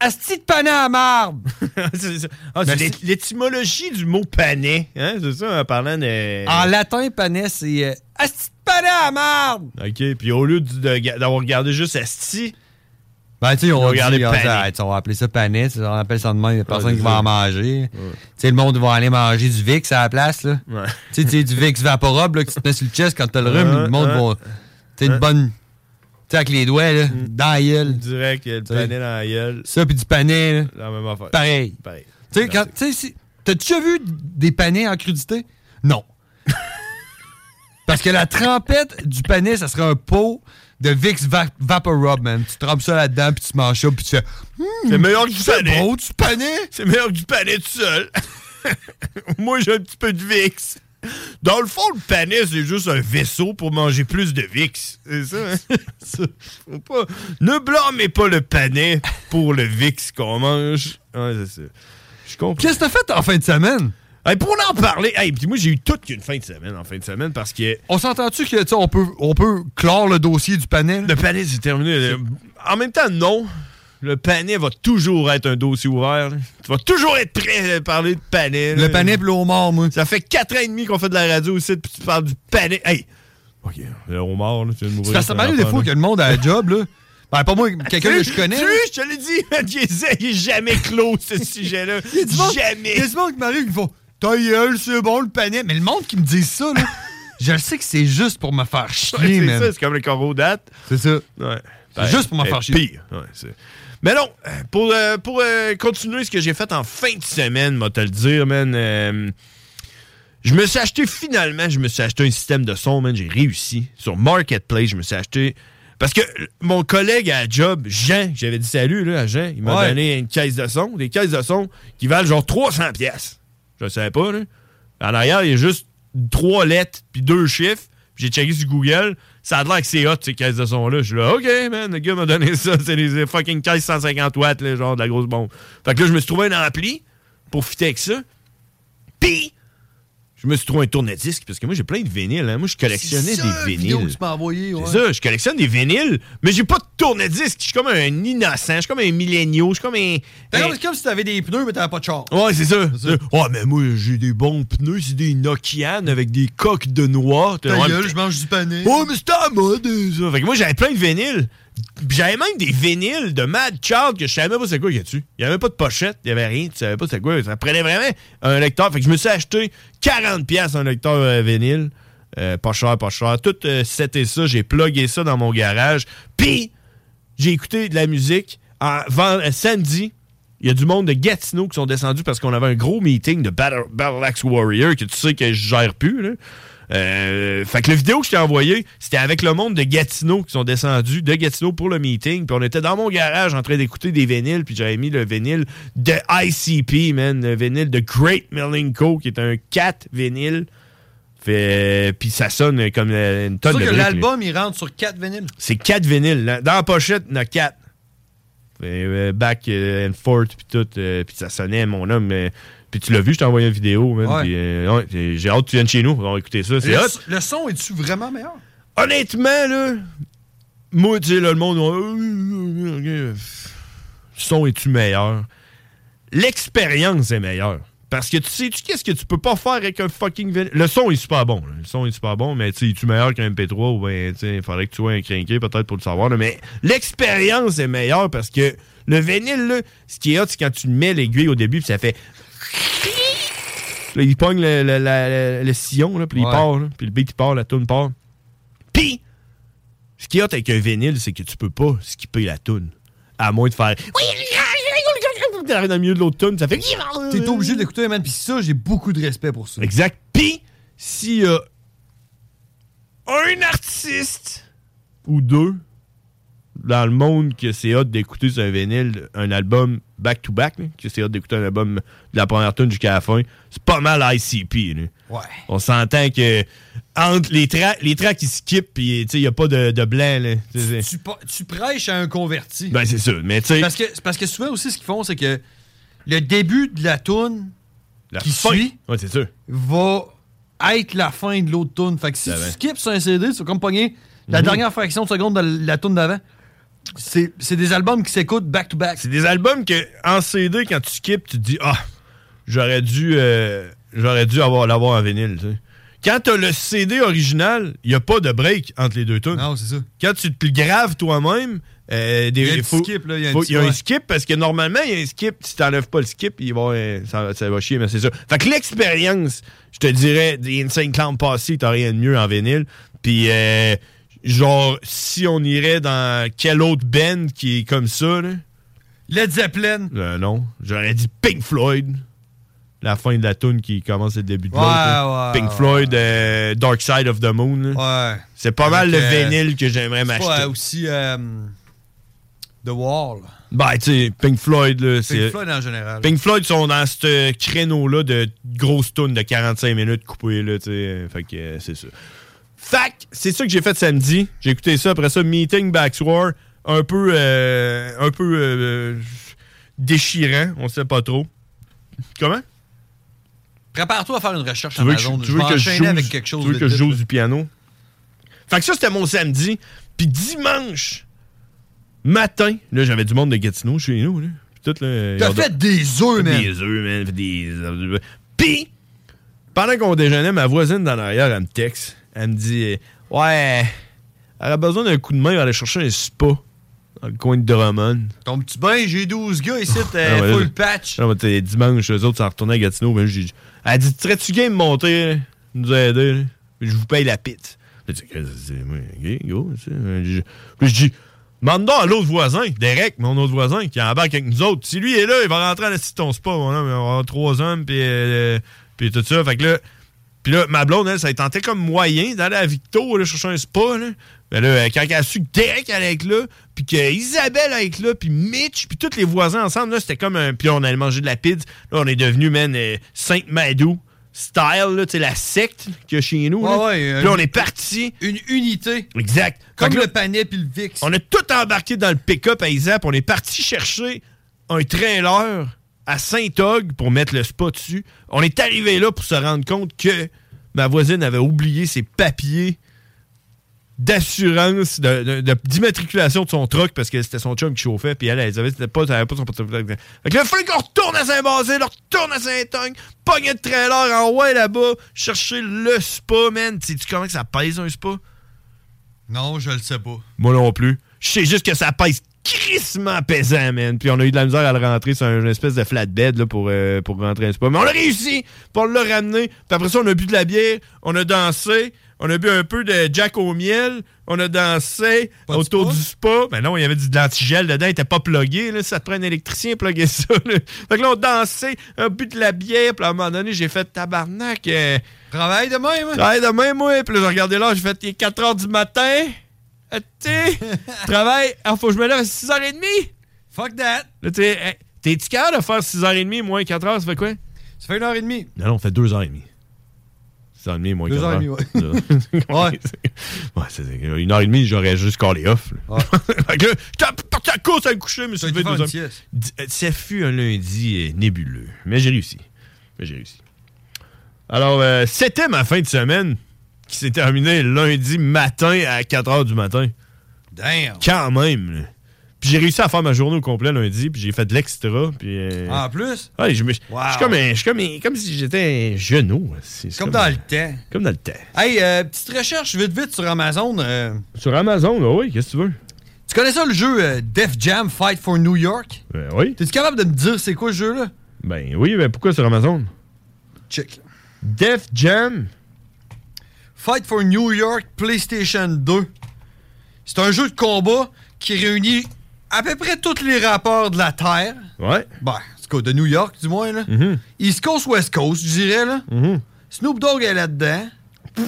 Asti de panais à marbre.
C'est ça. Ah, c'est
Mais
l'é-
c'est-
l'étymologie du mot panet, hein? c'est ça, en parlant de.
En latin, panais, c'est euh, Asti de panais à marbre.
OK, puis au lieu du- de ga- d'avoir regardé juste Asti,
Ben, tu sais, on,
Regardez
dit, on,
panais.
dit, Ah, tu sais, on va appeler ça panais, tu sais, on appelle ça de même, il y a personne
c'est
qui
ça.
va en manger. Tu sais, le monde va aller manger du Vicks à la place, là.
ouais.
Tu sais, tu sais, du Vicks Vaporub là, que tu te mets sur le chest quand t'as le rhume,
Hein,
le monde
hein.
va. Tu sais, une bonne. Tu sais, avec les doigts, là, dans la gueule.
direct, il y a le
T'sais.
panet dans la gueule,
Ça, puis du panais, là,
la même affaire.
pareil.
Pareil.
Tu sais, quand. Tu sais, si- t'as-tu déjà vu des panais en crudité? Non. Parce que la trempette du panais, ça serait un pot de Vicks Va- Vaporub, man. Tu trempes ça là-dedans, puis tu manges ça, puis tu fais.
C'est meilleur que du panet.
Oh, du panais!
C'est meilleur que du panet tout seul. Moi, j'ai un petit peu de VIX. Dans le fond, le panet, c'est juste un vaisseau pour manger plus de VIX. C'est ça, hein? Ça, Faut pas... Ne blâmez pas le panet pour le VIX qu'on mange. Ouais, c'est ça. Je comprends.
Qu'est-ce que t'as fait en fin de semaine?
Hey, pour en parler, hey, puis moi j'ai eu toute qu'une fin de semaine en fin de semaine parce que
On s'entend-tu que, tu sais, on peut, on peut clore le dossier du panais? là?
le panier c'est terminé. Le- En même temps, non. Le panier va toujours être un dossier ouvert. là. Tu vas toujours être prêt à parler de panier.
Le
là.
panais pis l'eau mort, moi.
Ça fait 4 ans et demi qu'on fait de la radio aussi, puis tu parles du panier. Hey! Ok, le homard, là, tu viens de m'ouvrir.
Parce que ça
ton
m'arrive des
affaire,
fois
là.
qu'il y a le monde à la job, là. Ben, pas moi, quelqu'un que je connais.
Tu,
là.
je te l'ai dit, man, Jésus, il est jamais clos, ce sujet-là.
Il y a du monde- Il y
Jamais!
a du monde qui m'arrive qui font Ta gueule, c'est bon le panais. Mais le monde qui me dit ça, là, je le sais que c'est juste pour me faire chier,
C'est
man.
ça, c'est comme le coraux date.
C'est ça.
Ouais.
C'est juste pour m'en
Eh,
faire chier.
Pire. Ouais, c'est- mais non, euh, pour, euh, pour euh, continuer ce que j'ai fait en fin de semaine, moi te le dire, man. euh, je me suis acheté finalement, je me suis acheté un système de son, man. J'ai réussi. Sur Marketplace, je me suis acheté. Parce que euh, mon collègue à la job, Jean, j'avais dit salut là, à Jean, il m'a
Ouais.
donné une caisse de son, des caisses de son qui valent genre 300 pièces. Je le savais pas, là. En arrière, il y a juste trois lettres puis deux chiffres. Puis J'ai checké sur Google. Ça a l'air que c'est hot, ces caisses de son-là. Je suis là, OK, man, le gars m'a donné ça. C'est des fucking caisses 150 watts, là, genre de la grosse bombe. Fait que là, je me suis trouvé un ampli pour fitter avec ça. Puis, je me suis trouvé un tourne-disque parce que moi, j'ai plein de vinyles. hein. Moi, je collectionnais des
vidéo que
vinyles.
tu hein? m'as envoyé, ouais.
C'est ça, je collectionne des vinyles, mais j'ai pas de tourne-disque. Je suis comme un innocent, je suis comme un milléniaux, je suis comme un.
D'ailleurs,
un-
C'est comme si t'avais des pneus, mais t'avais pas de char.
Ouais, c'est ça. Ouais, mais moi, j'ai des bons pneus, c'est des Nokian avec des coques de noix.
Ta
Ouais,
gueule,
mais- Oh!
je mange du panais.
Ouais, mais c'était à mode, ça. Fait que moi, j'avais plein de vinyles. Puis J'avais même des vinyles de Mad Child que je savais même pas c'est quoi qu'il y a dessus. Il y avait pas de pochette, il y avait rien, tu savais pas c'est quoi. Ça prenait vraiment un lecteur. Fait que je me suis acheté 40 pièces un lecteur euh, vinyle. Euh, pas cher, pas cher. Tout euh, c'était ça, j'ai plugué ça dans mon garage. Puis, j'ai écouté de la musique en, ven- euh, samedi Il y a du monde de Gatineau qui sont descendus parce qu'on avait un gros meeting de Battle, Battle Axe Warrior que tu sais que je gère plus. Là. Euh, fait que la vidéo que je t'ai envoyée, c'était avec le monde de Gatineau qui sont descendus de Gatineau pour le meeting. Puis on était dans mon garage en train d'écouter des vinyles. Puis j'avais mis le vinyle de ICP, man. Le vinyle de Great Melinko, qui est un 4 vinyle. Fait, puis ça sonne comme euh, une
C'est
tonne
sûr
de
que
briques, là.
l'album, il rentre sur 4 vinyles.
C'est quatre vinyles. là. Dans la pochette, il y en a quatre. Fait, euh, back euh, and forth, puis tout. euh, puis ça sonnait, mon homme. euh, puis tu l'as vu, je t'ai envoyé une vidéo. man,
Ouais.
puis, euh, ouais, puis J'ai hâte que tu viennes chez nous. On va écouter ça. C'est
Le-
hot.
Le son est-tu vraiment meilleur?
Honnêtement, là, moi, tu sais, là, le monde. on- Le son est-tu meilleur? L'expérience est meilleure. Parce que tu sais, tu qu'est-ce que tu peux pas faire avec un fucking vinyle? Le son est super bon. là. Le son est super bon, mais tu sais, es-tu meilleur qu'un MP3 ou ben, tu sais, il faudrait que tu sois un crinqué peut-être pour le savoir. là, mais l'expérience est meilleure parce que le vinyle, là, ce qui est hot, c'est quand tu mets l'aiguille au début, puis ça fait. Là, il pogne le, le- la- le- le sillon, là, puis il
Ouais.
part, là, puis le beat, il part, la tune part. Puis, ce qui est hot avec un vinyle, c'est que tu peux pas skipper la tune. À moins de faire. T'arrives dans le milieu de l'autre tune, ça fait.
T'es obligé d'écouter, man. Puis ça, j'ai beaucoup de respect pour ça.
Exact. Puis, s'il y a un artiste ou deux dans le monde que c'est hot d'écouter sur un vinyle, un album back-to-back, là, que c'est hot d'écouter un album de la première tune jusqu'à la fin, c'est pas mal ICP. là.
Ouais.
On s'entend que entre les, tra- les tracks, ils skippent, puis il n'y a pas de, de blanc. là. C'est- c'est-
Tu, pa- tu prêches à un converti.
Ben, c'est sûr, mais tu sais.
Parce que, c'est parce que souvent aussi, ce qu'ils font, c'est que le début de la toune
La
qui
fin.
suit
Ouais, c'est sûr.
va être la fin de l'autre toune. Fait que si
Ça va.
tu skips sur un CD, tu vas comme pogner la
Mhm.
dernière fraction de seconde de la toune d'avant. C'est c'est des albums qui s'écoutent back-to-back.
C'est des albums que en CD, quand tu skippes, tu te dis Ah, j'aurais dû euh, j'aurais dû avoir l'avoir en vinyle. tu sais. Quand t'as le CD original, il n'y a pas de break entre les deux tunes.
Non, Ah c'est ça.
Quand tu te le graves toi-même, euh, des-
Il y a un petit
faut-
skip, là, il y a un
faut-
petit-
il y a un
ouais.
skip parce que normalement, il y a un skip. Si t'enlèves pas le skip, il va, euh, ça, ça va chier, mais c'est ça. Fait que l'expérience, je te dirais, des Insane Clown passés, t'as rien de mieux en vinyle. Puis, euh, genre, si on irait dans quelle autre band qui est comme ça, là,
Led Zeppelin.
euh, non. J'aurais dit Pink Floyd. La fin de la tune qui commence et le début de
Ouais,
l'autre. là.
ouais,
Pink
ouais.
Floyd, euh, Dark Side of the Moon. là.
Ouais.
C'est pas mal
Avec,
le
euh,
vinyle que j'aimerais
Ouais,
m'acheter.
aussi euh, The Wall.
Bah, tu sais, Pink Floyd, là,
Pink
c'est.
Floyd en général.
Pink Floyd sont dans ce créneau-là de grosses tunes de 45 minutes coupées, là, tu sais. Fait que euh, c'est ça. Fac, c'est ça que j'ai fait samedi. J'ai écouté ça. Après ça, Meeting Backs War, un peu, euh, un peu euh, déchirant, on sait pas trop. Comment?
Prépare-toi à faire une recherche
Tu veux que je,
Amazon.
tu veux que je
enchaîner
joue,
avec
du-
quelque chose
tu veux
de
que je
vite,
joue
là.
du piano. Fait que ça, c'était mon samedi. Puis dimanche matin, là, j'avais du monde de Gatineau chez nous. Là. Puis tout, là, ils
T'as
ont-
fait des œufs, man.
des œufs, man. fait des- Puis, pendant qu'on déjeunait, ma voisine dans l'arrière, elle me texte. Elle me dit euh, Ouais, elle a besoin d'un coup de main, elle va aller chercher un spa dans le coin de Drummond.
Ton petit bain, j'ai 12 gars ici, t'es
Ah ouais,
full
là.
patch.
Là, on était dimanche, eux autres, ça retournait à Gatineau. Ben, j'ai dit, elle dit, serais-tu game de monter, là, nous aider, là? je vous paye la pite. J'ai dit, Qu'est-ce que c'est, moi, ok, go, tu sais. Ben, j'ai- Puis je dis, demande donc à l'autre voisin, Derek, mon autre voisin, qui est en banque avec nous autres. Si lui est là, il va rentrer à la si ton spa, mon homme, on va avoir trois hommes, puis, euh, puis tout ça. Fait que là, puis là, ma blonde, elle, ça a tenté comme moyen d'aller à Victo, là, chercher un spa, là. Mais là, quand elle a su que Derek allait être là, puis que Isabelle allait être là, puis Mitch, puis tous les voisins ensemble, là, c'était comme un... Puis là, on allait manger de la pizza. Là, on est devenu, man, euh, Sainte-Madou style, là, tu sais, la secte qu'il y a chez nous.
Ouais,
là.
ouais,
Ah Puis
euh,
là, on est parti.
Une unité.
Exact.
Comme
Fait que
le
là,
panier puis le VIX.
on a tout embarqué dans le pick-up à Isap. On est parti chercher un trailer à Saint-Og pour mettre le spa dessus. On est arrivé là pour se rendre compte que ma voisine avait oublié ses papiers d'assurance, de- de- de- d'immatriculation de, son truck parce que c'était son chum qui chauffait. Puis elle, elle savait c'était pas, elle avait pas son portefeuille. Fait que là, il fallait qu'on retourne à Saint-Basile, on retourne à Saint-Ong, pogne le trailer en haut là-bas, chercher le spa, man. Sais-tu comment que ça pèse un spa?
Non, je le sais pas.
Moi non plus. Je sais juste que ça pèse crissement pesant, man. Puis on a eu de la misère à le rentrer sur un- une espèce de flatbed là, pour, euh, pour rentrer un spot. Mais on a réussi pour le ramener. Puis après ça, on a bu de la bière, on a dansé, on a bu un peu de Jack au miel, on a dansé autour du spa. Ben non, il y avait du de l'antigel dedans, il était pas plugué. Là. Ça te prend un électricien, plugger ça. là. Fait que là, on dansait, on a bu de la bière. Puis à un moment donné, j'ai fait tabarnak. euh,
Travaille hein. demain, moi.
Travaille demain, moi. Puis là, j'ai regardé là, j'ai fait, il est 4 h du matin. Euh, Tu sais, travaille. Ah, faut que je me lève à 6 h 30.
Fuck that.
Là, tu sais, hey, t'es-tu capable de faire 6 h 30 moins 4 h Ça fait quoi?
Ça fait une heure et demie.
Non, non, on fait 2 h 30 6 h 30 moins 4
Deux heures et demie,
h ouais. ouais. c'est Une heure et demie, j'aurais juste callé off. là. fait que là, j'étais parti à la course à me coucher, mais
été
levé
faire
deux
une
heures.
sieste.
D- euh, Ça fut un lundi euh, nébuleux, mais j'ai réussi. Mais j'ai réussi. Alors, euh, c'était ma fin de semaine qui s'est terminée lundi matin à 4 h du matin.
Damn.
Quand même. là. Puis j'ai réussi à faire ma journée au complet lundi, puis j'ai fait de l'extra. Puis, euh,
En plus,
Ouais, je me- je
Ah. Wow.
suis comme, un- je suis comme, un- comme si j'étais un genou. C'est c'est
comme dans le temps.
Comme dans le temps.
Hey, euh, petite recherche vite vite sur Amazon. euh,
Sur Amazon, là, oui, qu'est-ce que tu veux?
tu connais ça le jeu euh, Def Jam Fight for New York?
Ben oui.
T'es-tu capable de me dire c'est quoi ce jeu-là?
Ben oui, mais pourquoi sur Amazon?
Check.
Def Jam.
Fight for New York PlayStation 2. C'est un jeu de combat qui réunit à peu près tous les rappeurs de la Terre.
Ouais.
Ben, c'est quoi, de New York, du moins,
Mm.
là. East Coast, West Coast, je dirais, là. Snoop Dogg est là-dedans.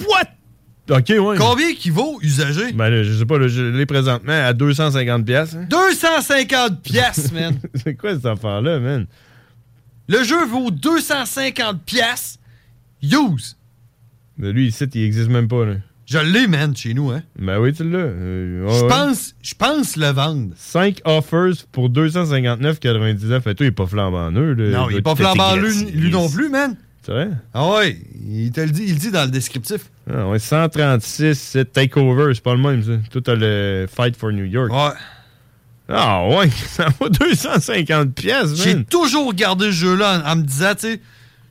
What? Ok, ouais.
Combien qui vaut usagé?
Ben là, je sais pas, là, je l'ai présentement à 250 pièces.
hein. 250 piastres, man.
C'est quoi cette affaire-là, man?
Le jeu vaut 250 piastres. Use.
Ben, lui, ici, il existe même pas, là.
Je l'ai, man, chez nous, hein.
Ben oui, tu l'as. Euh, ouais,
Je
ouais.
pense, je pense le vendre.
5 offers pour 259,99. Fait toi, il est pas flambant nœud, là.
Non, il est
doit
pas
tout être
flambant
gratis.
lui, lui non plus, man.
C'est vrai?
Ah ouais, il te le dit, il le dit dans le descriptif.
Ah, ouais, 136, c'est Takeover, c'est pas le même, ça. Toi, t'as le Fight for New York.
Ouais.
Ah ouais, ça vaut 250 pièces,
J'ai
man.
toujours gardé ce jeu-là en, en me disant, tu sais,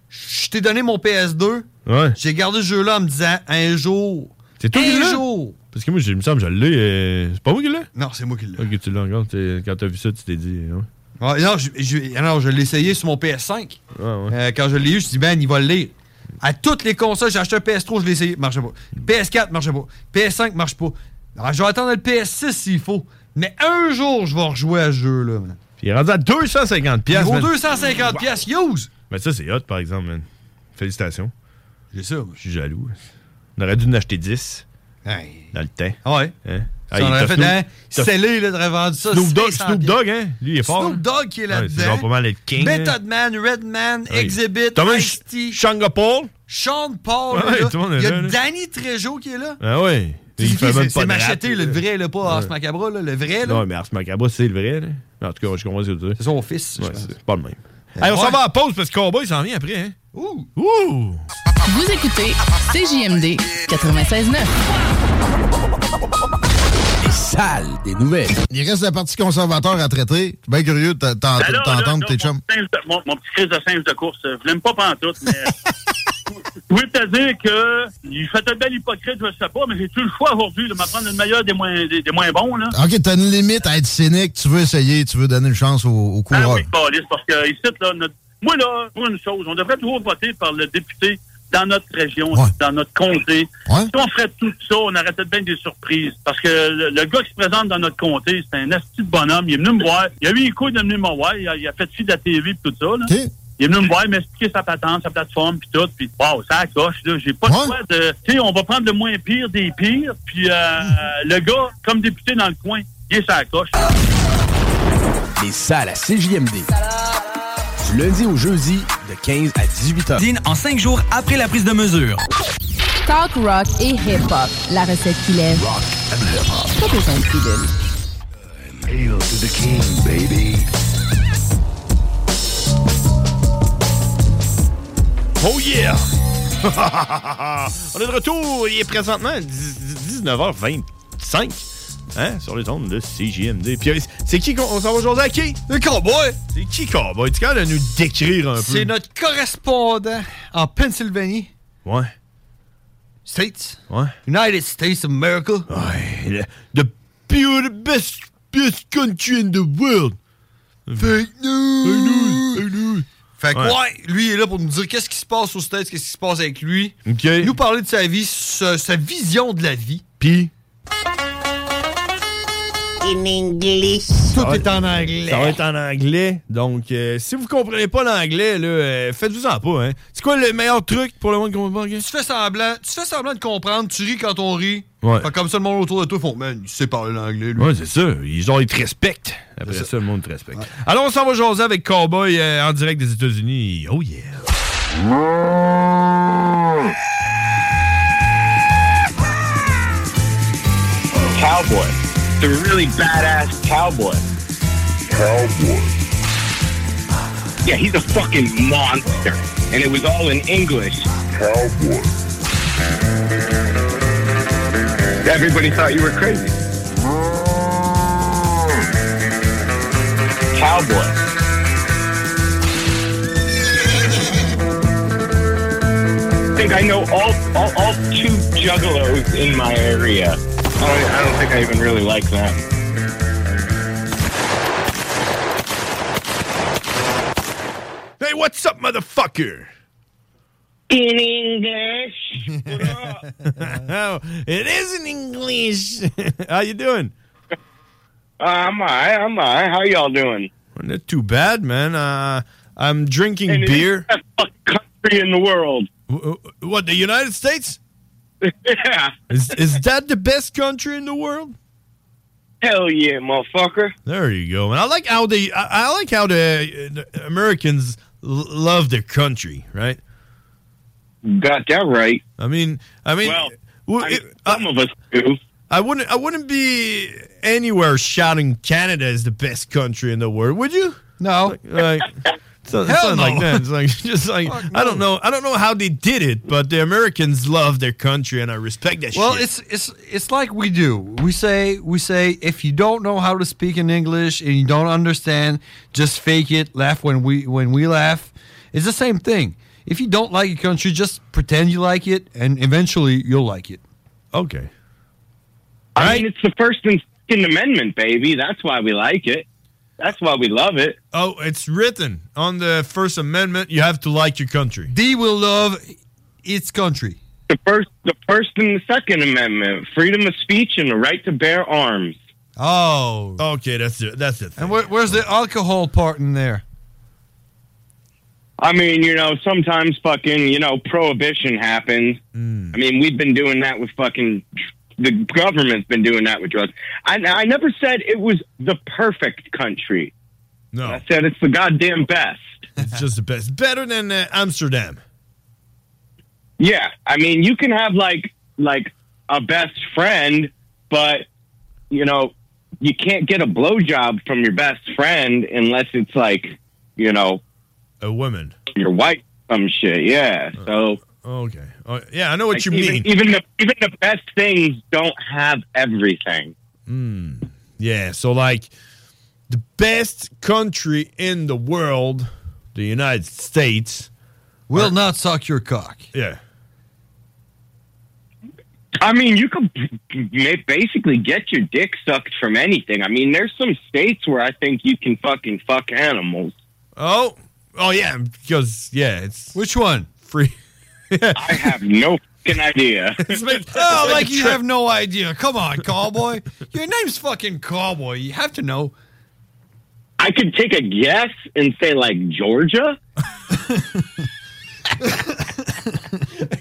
je t'ai donné mon PS2.
Ouais.
J'ai gardé ce jeu-là en me disant, un jour.
C'est toi qui
un
l'as?
jour.
Parce que moi, je- il me semble, je l'ai. euh, C'est pas moi qui l'ai?
Non, c'est moi qui l'ai.
Ok, tu l'as encore. t'es- Quand t'as vu ça, tu t'es dit. euh, Ouais.
Ouais, non, je, je- ah non, je l'ai essayé sur mon PS5.
Ah, ouais.
Euh, quand je l'ai eu, je me dit, man, il va le lire. À toutes les consoles, j'ai acheté un PS3, je l'ai essayé, marchait pas. PS4, marchait pas. PS5, marche pas. Alors, je vais attendre le PS6 s'il faut. Mais un jour, je vais rejouer à ce jeu-là. man.
Puis il est rendu à 250
Il
pièces.
vaut
man.
250 pièces use.
Mais ça, c'est hot, par exemple, man. Félicitations.
J'ai ça, moi.
Je suis jaloux. On aurait dû en acheter 10
Hey.
dans le temps.
Ah Ouais.
Hein?
Si
Hey, t'as
on aurait fait
Snoop-
hein,
t'as
scellé, là, t'aurais vendu ça.
Snoop Dogg,
600
Snoop Dogg, hein? Lui, il est fort.
Snoop
hein?
Dogg qui est
Ouais, c'est genre pas
là-dedans.
mal être king. hein?
Method Man, Redman,
Ouais.
Exhibit,
T'as même
Ice-T,
Shanga Paul?
Sean Paul.
Ouais,
est là.
tout le monde est
Il y a
là, là.
Danny Trejo qui est là.
Ah ouais.
C'est qui? C'est- c'est
de rap,
Machete, le
là.
vrai, là, pas Ars Macabra, là, le vrai. Là.
Non, mais Ars Macabre, c'est le vrai. Là. En tout cas, je comprends ce que tu veux
C'est
dire.
son fils, je
Ouais,
pense.
c'est pas le même. Hey, on s'en
ouais.
va à pause parce que Cowboy s'en vient après. Hein?
Ouh!
Ouh!
Vous écoutez CJMD 96.9.
Sale des nouvelles.
Il reste la partie conservateur à traiter. Je suis bien curieux de t'en-
Alors, Ben là,
t'entendre
là,
tes
mon
chums.
singe de- Mon, mon petit crise de singe de course, euh, je l'aime pas pantoute, mais... euh, Je pouvais te dire que il fait un bel hypocrite, je sais pas, mais j'ai tout le choix aujourd'hui de m'apprendre le meilleur des moins, des, des moins bons, là.
OK, t'as une limite à être cynique. Tu veux essayer, tu veux donner une chance au, au
Ah
coureur.
oui, câlisse, parce que ici, là, notre- moi, là, pour une chose, on devrait toujours voter par le député dans notre région,
Ouais.
dans notre comté.
Ouais.
Si on ferait tout ça, on aurait peut-être bien des surprises. Parce que le, le gars qui se présente dans notre comté, c'est un asti de bonhomme. Il est venu me voir. Il a eu les couilles de venir me voir. Il a, il a fait fi de la TV et tout ça. Là.
OK?
Il est venu me voir, m'expliquer sa patente, sa plateforme, puis tout, puis wow, ça coche, là. J'ai pas de
Ouais.
choix de. Tu sais, on va prendre le moins pire des pires, puis euh,
Mm.
le gars, comme député dans le coin, il est sa coche.
Les salles à CJMD. Du lundi au jeudi, de 15 à 18 heures.
en cinq jours après la prise de mesure.
Talk rock et hip-hop. La recette qui lève. Pas besoin de pilule.
Hail to the king, baby.
Oh yeah! on est de retour. Il est présentement 19h25 hein, sur les ondes de CJMD. Puis euh, c'est qui qu'on on s'en va aujourd'hui à qui?
Le cowboy,
C'est qui Cowboy? Tu es capable de nous décrire un peu?
c'est notre correspondant en Pennsylvanie,
Ouais,
States,
ouais. Ah
United States of America.
Ouais. le- The pure best best country in the world. Fake news! Fake news!
Fait que,
ben. Ouais.
ouais. lui il est là pour nous dire qu'est-ce qui se passe aux States, qu'est-ce qui se passe avec lui.
OK.
Nous parler de sa vie, sa, sa vision de la vie.
Puis.
In English.
Ça va-
en anglais.
Ça va être en anglais. Donc, euh, si vous comprenez pas l'anglais, là, euh, faites-vous-en pas. Hein. C'est quoi le meilleur truc pour le monde qui comprend pas l'anglais?
Tu fais semblant, tu fais semblant de comprendre, tu ris quand on rit.
Ouais.
Fait que comme ça, le monde autour de toi font Man, il sait parler l'anglais, lui.
Ouais, c'est ça. Ils, genre, ils te respectent. Après ça. le monde te respecte. Alors, on s'en va jaser avec Cowboy euh, en direct des États-Unis. Oh yeah!
Cowboy. The really badass cowboy. Cowboy. Yeah, he's a fucking monster. And it was all in English. Cowboy. Everybody thought you were crazy. Cowboy. I think I know all, all, all two juggalos in my area. I don't, I don't think I even really like them.
Hey, what's up, motherfucker?
In
Uh,
English.
oh, it is in English. How you doing?
Uh, I'm all right. I'm all right. How y'all doing?
Not too bad, man. Uh, I'm drinking
And it is
beer.
the best country in the world.
What, the United States?
yeah.
Is, is that the best country in the world?
Hell yeah, motherfucker.
There you go. And I like how the I, I like how the, uh, the Americans l- love their country, right?
Got that right.
I mean, I mean,
Well,
w-
I-
it- uh,
some of us do.
I wouldn't I wouldn't be anywhere shouting Canada is the best country in the world, would you?
No.
Like, like so-
Hell
something like
no.
that. It's like just like I don't know I don't know how they did it, but the Americans love their country and I respect that
Well,
shit.
it's it's it's like we do. We say we say if you don't know how to speak in English and you don't understand, just fake it. Laugh when we when we laugh. It's the same thing. If you don't like a country, just pretend you like it, and eventually you'll like it.
Okay.
I mean, it's the first and second amendment, baby. That's why we like it. That's why we love it.
Oh, it's written on the First Amendment. You have to like your country.
They will love its country.
The first, the first and the second amendment, freedom of speech and the right to bear arms.
Oh,
okay, that's it. That's it.
And where, where's the alcohol part in there?
I mean, you know, sometimes fucking, you know, prohibition happens. I mean, we've been doing that with fucking the government's been doing that with drugs. I, I never said it was the perfect country.
No,
I said it's the goddamn best.
It's just the best, better than uh, Amsterdam.
Yeah, I mean, you can have like like a best friend, but you know, you can't get a blowjob from your best friend unless it's like, you know,
a woman,
your wife, some shit. Yeah, so.
Okay. Oh, yeah, I know what
Like,
you
even, E-
mean.
Even the even the best things don't have everything.
Yeah, so like the best country in the world, the United States,
will not suck your cock.
Yeah.
I mean, you could ma- basically get your dick sucked from anything. I mean, there's some states where I think you can fucking fuck animals.
Oh, oh yeah, because yeah, it's
which one
free.
I have no fucking idea.
oh, like you have no idea. Come on, cowboy. Your name's fucking cowboy. You have to know.
I could take a guess and say like Georgia.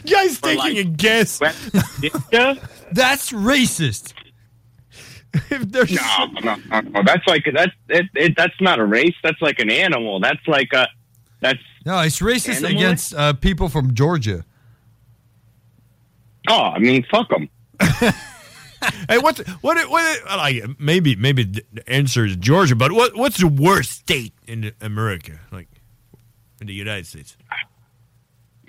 Guys, taking a guess.
That's racist.
if there's
no, no, no, no, that's like that's it, it, that's not a race. That's like an animal. That's like a that's
No, it's racist
Animal
against uh, people from Georgia.
oh, I mean, fuck them.
Hey, what what what? I Like it. maybe maybe the answer is Georgia, but what what's the worst state in America, like in the United States?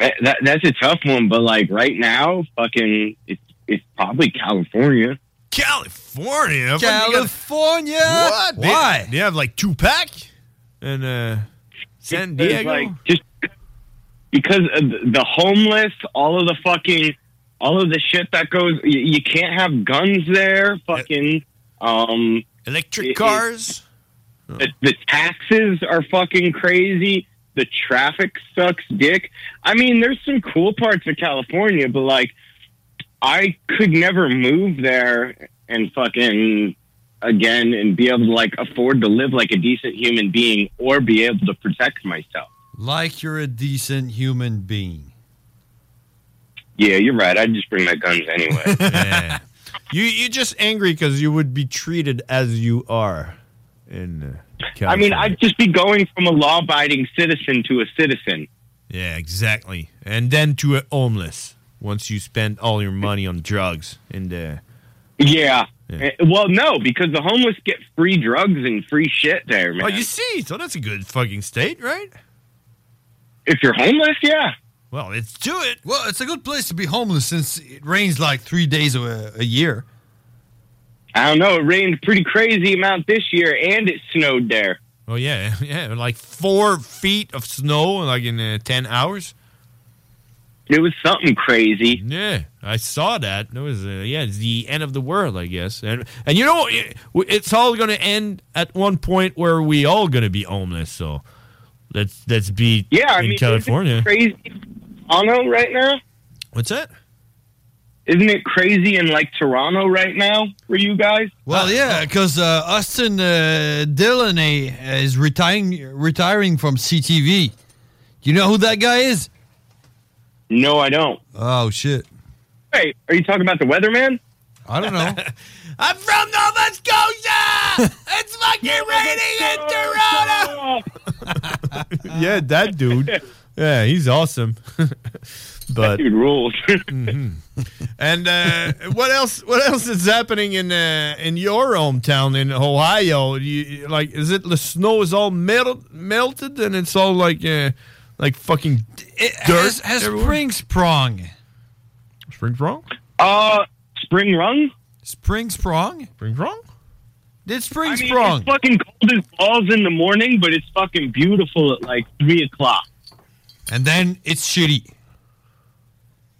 That, that, that's a tough one, but like right now, fucking, it's it's probably California.
California.
California.
What? They-
Why?
They, have like two pack and uh, San
Because,
Diego.
like, just because of the the homeless, all of the fucking, all of the shit that goes. You, you can't have guns there. Fucking, um,
Electric cars.
The, the taxes are fucking crazy. The traffic sucks dick. I mean, there's some cool parts of California, but like, I could never move there and fucking again and be able to like afford to live like a decent human being or be able to protect myself.
Like you're a decent human being.
Yeah, you're right. I'd just bring my guns anyway.
You you're just angry because you would be treated as you are. In uh,
I mean,
California.
I'd just be going from a law abiding citizen to a citizen.
yeah, exactly. And then to a homeless once you spend all your money on drugs and uh,
Yeah. Eh, Well, no, because the homeless get free drugs and free shit there, man.
Oh, you see, so that's a good fucking state, right?
If you're homeless, yeah.
Well, it's do it.
Well, it's a good place to be homeless since it rains like three days a, a year.
I don't know. It rained pretty crazy amount this year, and it snowed there.
Oh yeah, yeah, like four feet of snow like in uh, ten hours.
It was something crazy.
Yeah, I saw that. It was uh, yeah, it's the end of the world, I guess. And and you know, it- it's all going to end at one point where we all going to be homeless. So let's let's be
Yeah, I
in
mean,
California.
isn't it crazy. Toronto right now.
What's that?
Isn't it crazy in like Toronto right now for you guys?
Well, yeah, because uh, Austin uh, Dillon uh, is retiring retiring from CTV. You know who that guy is?
No, I don't.
Oh shit!
Hey, are you talking about the weatherman?
I don't know.
I'm from Nova Scotia. it's fucking raining in
Oh,
Toronto. Uh, yeah, that dude. Yeah, he's awesome. but
dude rules.
And uh, what else? What else is happening in uh, in your hometown in Ohio? Do You, like, is it the snow is all melt, melted and it's all like uh, like fucking
it
dirt?
has- has spring sprung.
Spring sprung?
Uh, spring rung?
Spring sprung?
Spring sprung?
Did spring
I mean,
sprung?
It's fucking cold as balls in the morning, but it's fucking beautiful at like three o'clock.
And then it's shitty.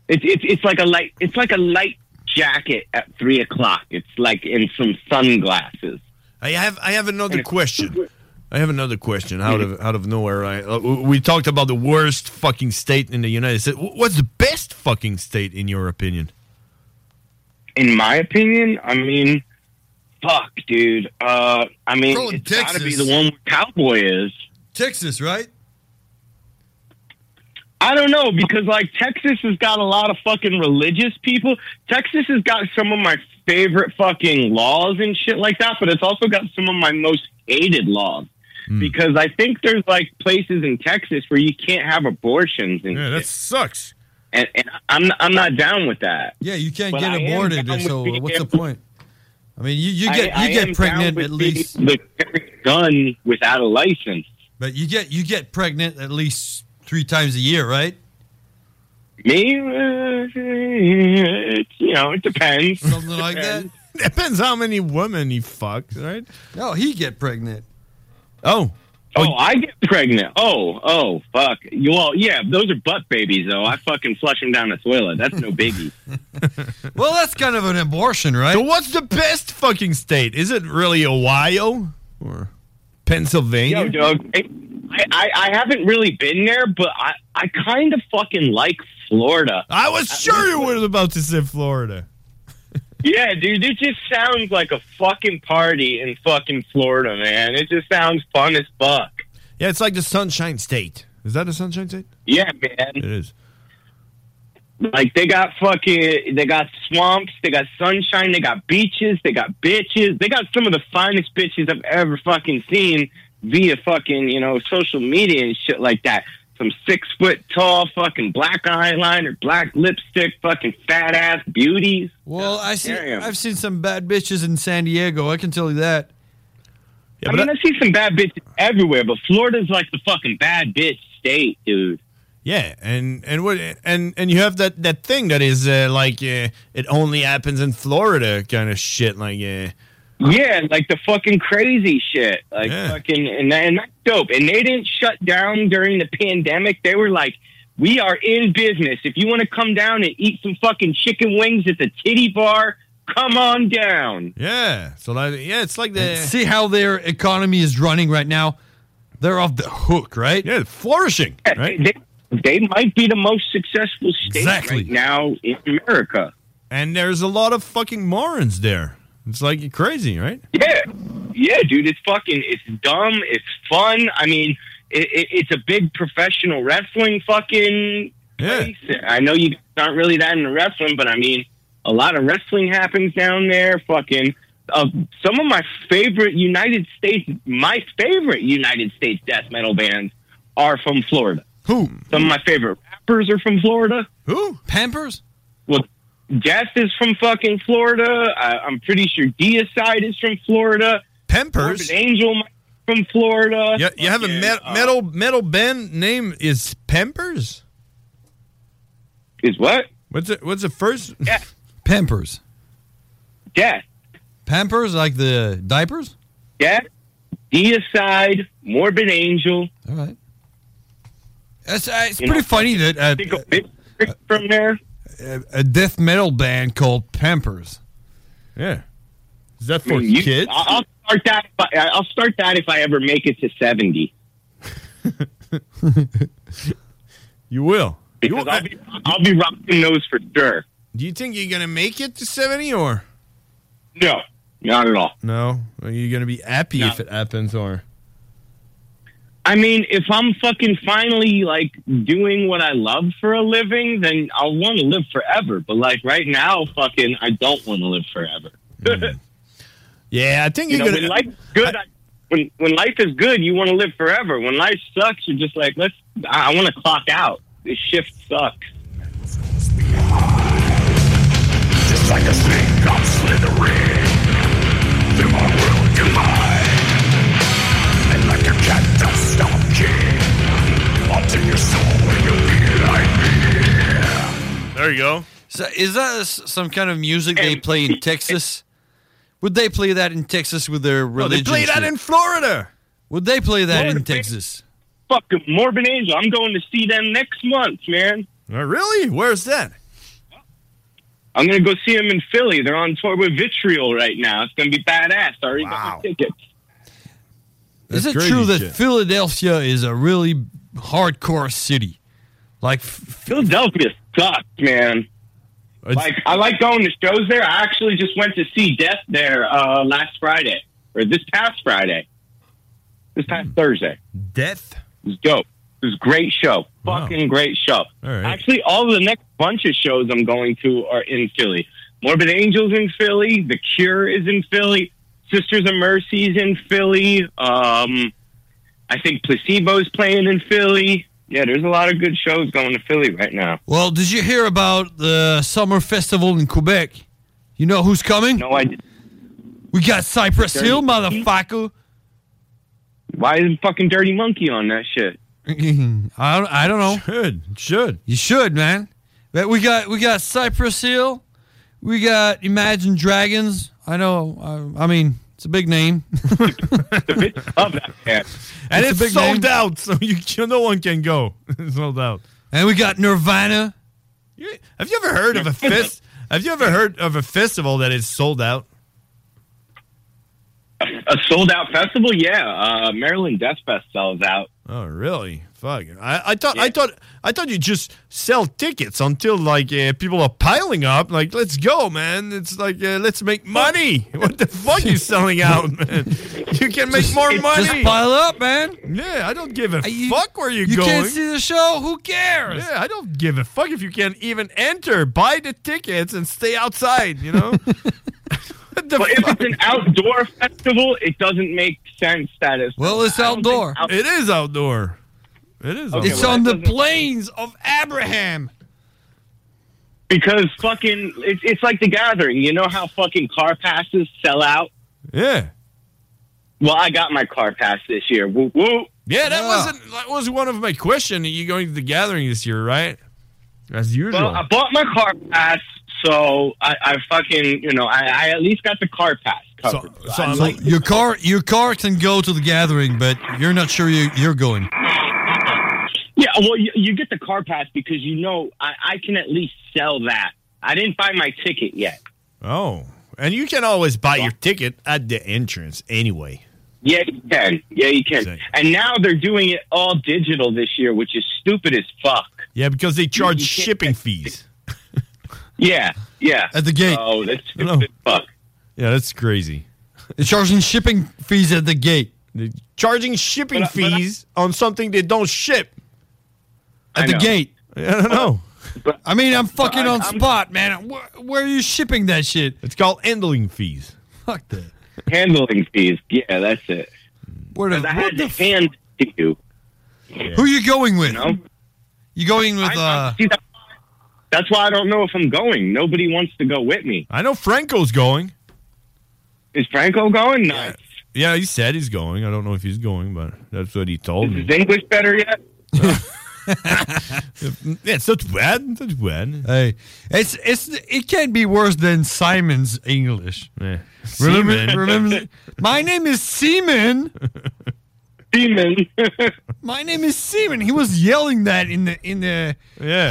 It's it's it's like a light. It's like a light jacket at three o'clock. It's like in some sunglasses.
I have I have another question. I have another question out of out of nowhere. Right? Uh, w- We talked about the worst fucking state in the United States. W- What's the best fucking state in your opinion?
In my opinion, I mean, fuck, dude. Uh, I mean,
Bro, in
it's got to be
Texas.
the one where cowboy is.
Texas, right?
I don't know because like Texas has got a lot of fucking religious people. Texas has got some of my favorite fucking laws and shit like that, but it's also got some of my most hated laws.
Hmm.
Because I think there's like places in Texas where you can't have abortions and
Yeah, that sucks.
And, and I'm I'm not down with that.
Yeah, you can't
But I
get
am
aborted,
down with
so
being
what's the point? I mean, you, you
I-
get
I
you
am down
get pregnant
with
at least,
being the gun without a license.
but you get you get pregnant at least three times a year, right?
Me, uh, it's, you know, it depends.
Something like that.
Depends how many women he fucked, right?
No, he get pregnant.
Oh,
Oh, I get pregnant. Oh, oh, fuck. You all, yeah, those are butt babies, though. I fucking flush them down the toilet. That's no biggie.
Well, that's kind of an abortion, right?
So what's the best fucking state? Is it really Ohio or Pennsylvania?
Yo, dog, I, I, I haven't really been there, but I, I kind of fucking like Florida.
I was sure you were about to say Florida.
Yeah, dude, it just sounds like a fucking party in fucking Florida, man. It just sounds fun as fuck.
Yeah, it's like the Sunshine State. Is that a Sunshine State?
Yeah, man.
It is.
Like they got fucking, they got swamps, they got sunshine, they got beaches, they got bitches, they got some of the finest bitches I've ever fucking seen via fucking you know social media and shit like that. Some six foot tall fucking black eyeliner, black lipstick, fucking fat ass beauties.
Well, I see.
Damn.
I've seen some bad bitches in San Diego. I can tell you that.
I mean, I see some bad bitches everywhere, but Florida's like the fucking bad bitch state, dude.
Yeah, and and what and and you have that that thing that is uh, like uh, it only happens in Florida kind of shit. Like uh,
Yeah, like the fucking crazy shit. Like
Yeah.
fucking and that, and that's dope. And they didn't shut down during the pandemic. They were like, We are in business. If you want to come down and eat some fucking chicken wings at the titty bar, come on down.
Yeah. So that, yeah, it's like the
See how their economy is running right now. They're off the hook, right?
Yeah, flourishing.
Right?
They, they might be the most successful state right now in America.
And there's a lot of fucking morons there. It's like crazy, right?
Yeah, yeah, dude. It's fucking. It's dumb. It's fun. I mean, it, it, it's a big professional wrestling fucking. Place. I know you guys aren't really that into wrestling, but I mean, a lot of wrestling happens down there. Fucking. Uh, some of my favorite United States, my favorite United States death metal bands are from Florida.
Who?
Some of my favorite rappers are from Florida.
Who?
Pampers?
Well, Death is from fucking Florida. I, I'm pretty sure Deicide is from Florida.
Pampers?
Morbid Angel might be from Florida.
You, you have a
Fucking,
met,
uh,
metal metal band name is Pampers.
Is what?
What's it? What's the first?
Yeah.
Pampers.
Death.
Pampers, like the diapers?
Death, Deicide, Morbid Angel.
All right. It's, uh, it's pretty funny that uh,
from there
a, a death metal band called Pampers.
Yeah. Is that
I mean, you- I- I'll start that. If I, I'll start that if I ever make it to seventy.
you will.
Because I'll be, I'll be rocking those for sure.
Do you think you're gonna make it to seventy or?
No, not at all.
No, are you gonna be happy if it happens or?
I mean, if I'm fucking finally like doing what I love for a living, then I'll want to live forever. But like right now, fucking, I don't want to live forever.
yeah, I think
you
you're gonna-
know, when life's good. I, when when life is good, you want to live forever. When life sucks, you're just like, let's. I, I want to clock out. This shift sucks.
Just like a snake, I'm slithering through my world divide. And like a cat, I'll stomp you onto your soul and you'll be like me.
There you go.
So is that s- some kind of music they play in Texas? Would they play that in Texas with their
they
religion?
play that
shit?
in
Florida.
Would they play that
Florida,
in Texas?
Fucking Morbid Angel. I'm going to see them next month, man.
Oh, really? Where's that?
I'm gonna go see them in Philly. They're on tour with Vitriol right now. It's gonna be badass. I already got the tickets.
Is it
crazy
true that
shit.
Philadelphia is a really hardcore city? Like
Philadelphia sucks, man. Like I like going to shows there. I actually just went to see Death there uh, last Friday or this past Friday, this past Thursday.
Death
it was dope. It was a great show. Fucking great show. Actually, all the next bunch of shows I'm going to are in Philly. Morbid Angels in Philly. The Cure is in Philly. Sisters of Mercy's in Philly. Um, I think Placebo's playing in Philly. Yeah, there's a lot of good shows going to Philly right now.
Well, did you hear about the summer festival in Quebec? You know who's coming? No,
I didn't.
We got Cypress
Dirty
Hill, motherfucker.
Why isn't fucking Dirty Monkey on that shit?
I don't, I don't know.
Should should
you should man? But we got we got Cypress Hill, we got Imagine Dragons. I know. I, I mean, it's a big name.
Yeah.
And
It's
it's,
a big
sold
name.
out, so you, you no one can go. it's sold out.
And we got Nirvana.
Have you ever heard of a fest? Have you ever heard of a festival that is sold out?
A sold out festival? Yeah. Uh, Maryland Death Fest sells out.
Oh, really? Fuck. I, I thought I thought I thought you just sell tickets until like uh, people are piling up. Like, let's go, man. It's like uh, let's make money. What the fuck you selling out, man? You can make more money.
Just pile up, man.
Yeah, I don't give a fuck where you
you
going.
can't see the show. Who cares?
Yeah, I don't give a fuck if you can't even enter. Buy the tickets and stay outside. You know.
but if it's an outdoor festival, it doesn't make sense that it's.
Well, it's outdoor.
It is outdoor. It is.
Okay,
it's
well,
on
that
the plains of Abraham.
Because fucking, it's it's like the gathering. You know how fucking car passes sell out.
Yeah.
Well, I got my car pass this year. Woo woo.
Yeah, that wasn't that was one of my questions. You going to the gathering this year, right? As usual.
Well, I bought my car pass, so I, I fucking you know I, I at least got the car pass covered. So, I like,
your car, your car can go to the gathering, but you're not sure you, you're going.
yeah, well, you, you get the car pass because you know I, I can at least sell that. I didn't buy my ticket yet.
oh, And you can always buy your ticket at the entrance anyway.
Yeah, you can. Yeah, you can. And now they're doing it all digital this year, which is stupid as fuck.
Yeah, because they charge shipping fees.
Yeah, yeah. At the gate. Oh, that's stupid as fuck.
Yeah, that's crazy.
They're charging shipping fees at the gate.
They're charging shipping fees on something they don't ship.
At the gate.
I don't know.
I mean, I'm fucking on
I'm-
spot, man. Where, where are you shipping that shit?
It's called handling fees.
Fuck that.
Handling fees. Yeah, that's it.
What
I had to hand to you.
Who you going with? You going with? uh...
that's why I don't know if I'm going. Nobody wants to go with me.
I know Franco's going.
Is Franco going? Nice.
Yeah, he said he's going. I don't know if he's going, but that's what he told me.
Is English better yet?
Yeah, it's not bad. That's bad.
Hey, it's it's it can't be worse than Simon's English. Remember,
Seaman.
remember, my name is Seaman.
Seaman.
my name is Seaman. He was yelling that in the in the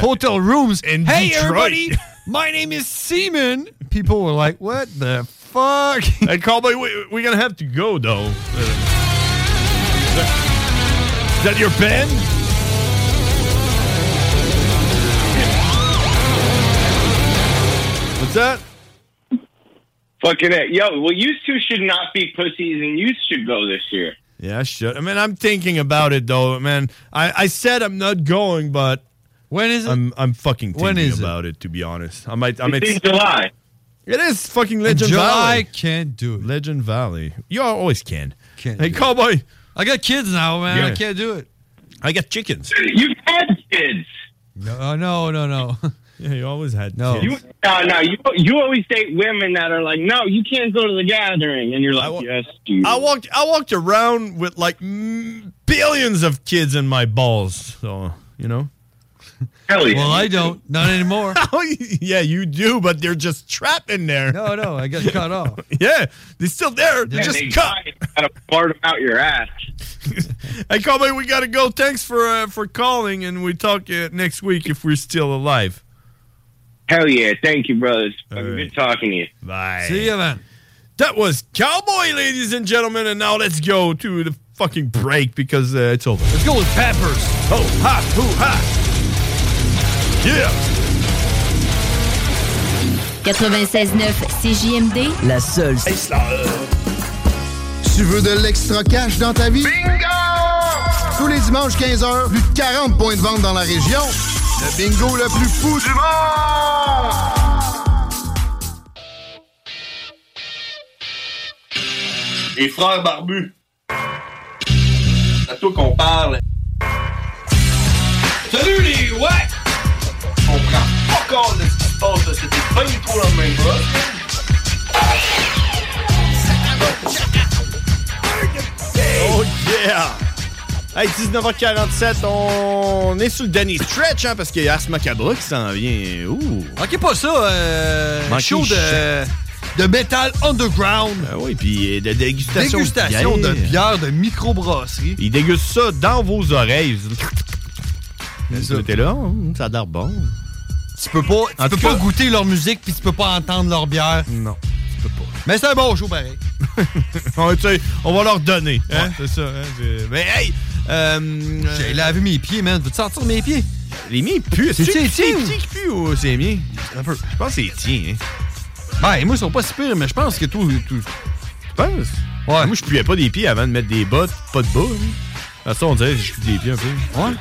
hotel rooms. And hey,
Detroit.
everybody, my name is Seaman. People were like, "What the fuck?"
Hey, Cowboy, we, we're going to have to go, though. Uh, is, that- is that your pen? What's that?
Fucking it. Yo, well, you two should not be pussies and you should go this year.
Yeah, I should. I mean, I'm thinking about it, though, man. I, I said I'm not going, but.
When is it?
I'm, I'm fucking thinking
When is it?
about it? to be honest. I might. I
It's
might
in July.
It is fucking Legend
July
Valley.
can't do it.
Legend Valley. You always can.
Can't
hey,
do it.
Cowboy.
I got kids now, man. I
Yeah.
can't do it.
I got chickens.
You've had kids.
No, oh, no, no, no.
yeah, you always had.
No,
You, no, no, you, you always date women that are like, no, you can't go to the gathering. And you're like, yes, dude.
I walked. I walked around with like mm, billions of kids in my balls. So you know. Oh,
Hell yeah.
Well, I don't. Not anymore.
yeah, you do, but they're just trapped in there.
No, no, I got cut off.
yeah, they're still there. They're
Yeah,
just
they
cut.
Gotta fart 'em out your ass.
Hey, Kobe, we gotta go. Thanks for uh, for calling, and we talk uh, next week if we're still alive.
Hell yeah. Thank you, brothers. Fucking Good talking to you.
Bye.
See ya, man.
That was Cowboy, ladies and gentlemen, and now let's go to the fucking break because uh, it's over.
Let's go with Peppers.
Oh, ha, hoo, ha. Yeah.
96.9 CJMD.
La seule. Tu veux de l'extra cash dans ta vie? Bingo! Tous les dimanches 15h, plus de 40 points de vente dans la région. Le bingo le plus fou du monde!
Les frères barbus. C'est à toi qu'on parle. Salut les ouais! On prend pas compte de ce qui se passe là, c'était pas du tout la même
Oh yeah! Hey, 19h47, on est sur le dernier stretch, hein, parce qu'il y a Ars Macabre qui s'en vient. Ouh!
Manquez pas ça, euh,
Manquez
show de,
jamais.
de métal underground.
Ah oui, puis euh, de dégustation.
Dégustation de
bière.
bière de microbrasserie.
Il déguste ça dans vos oreilles. C'était là, hein, ça a l'air bon.
Tu peux pas, tu
En
peux
tout
pas
cas-
goûter leur musique puis tu peux pas entendre leur bière.
Non, tu peux pas.
Mais c'est un bon show pareil.
on, tu sais, on va leur donner. hein, C'est ça. hein, c'est- Mais hey! euh,
J'ai lavé mes pieds, man. Veux-tu sentir mes pieds?
Les miens puent.
C'est
C'est-tu
les
les
tiens?
petits qui puent ou c'est les miens?
Un peu.
Je pense que c'est les tiens. hein.
Ben, et moi, ils sont pas si pires, mais je pense que tout. tout...
Tu penses? Ouais. Moi, je puais pas des pieds avant de mettre des bottes, pas de bas. hein. À ça, on dirait que je pue des pieds un peu.
Ouais.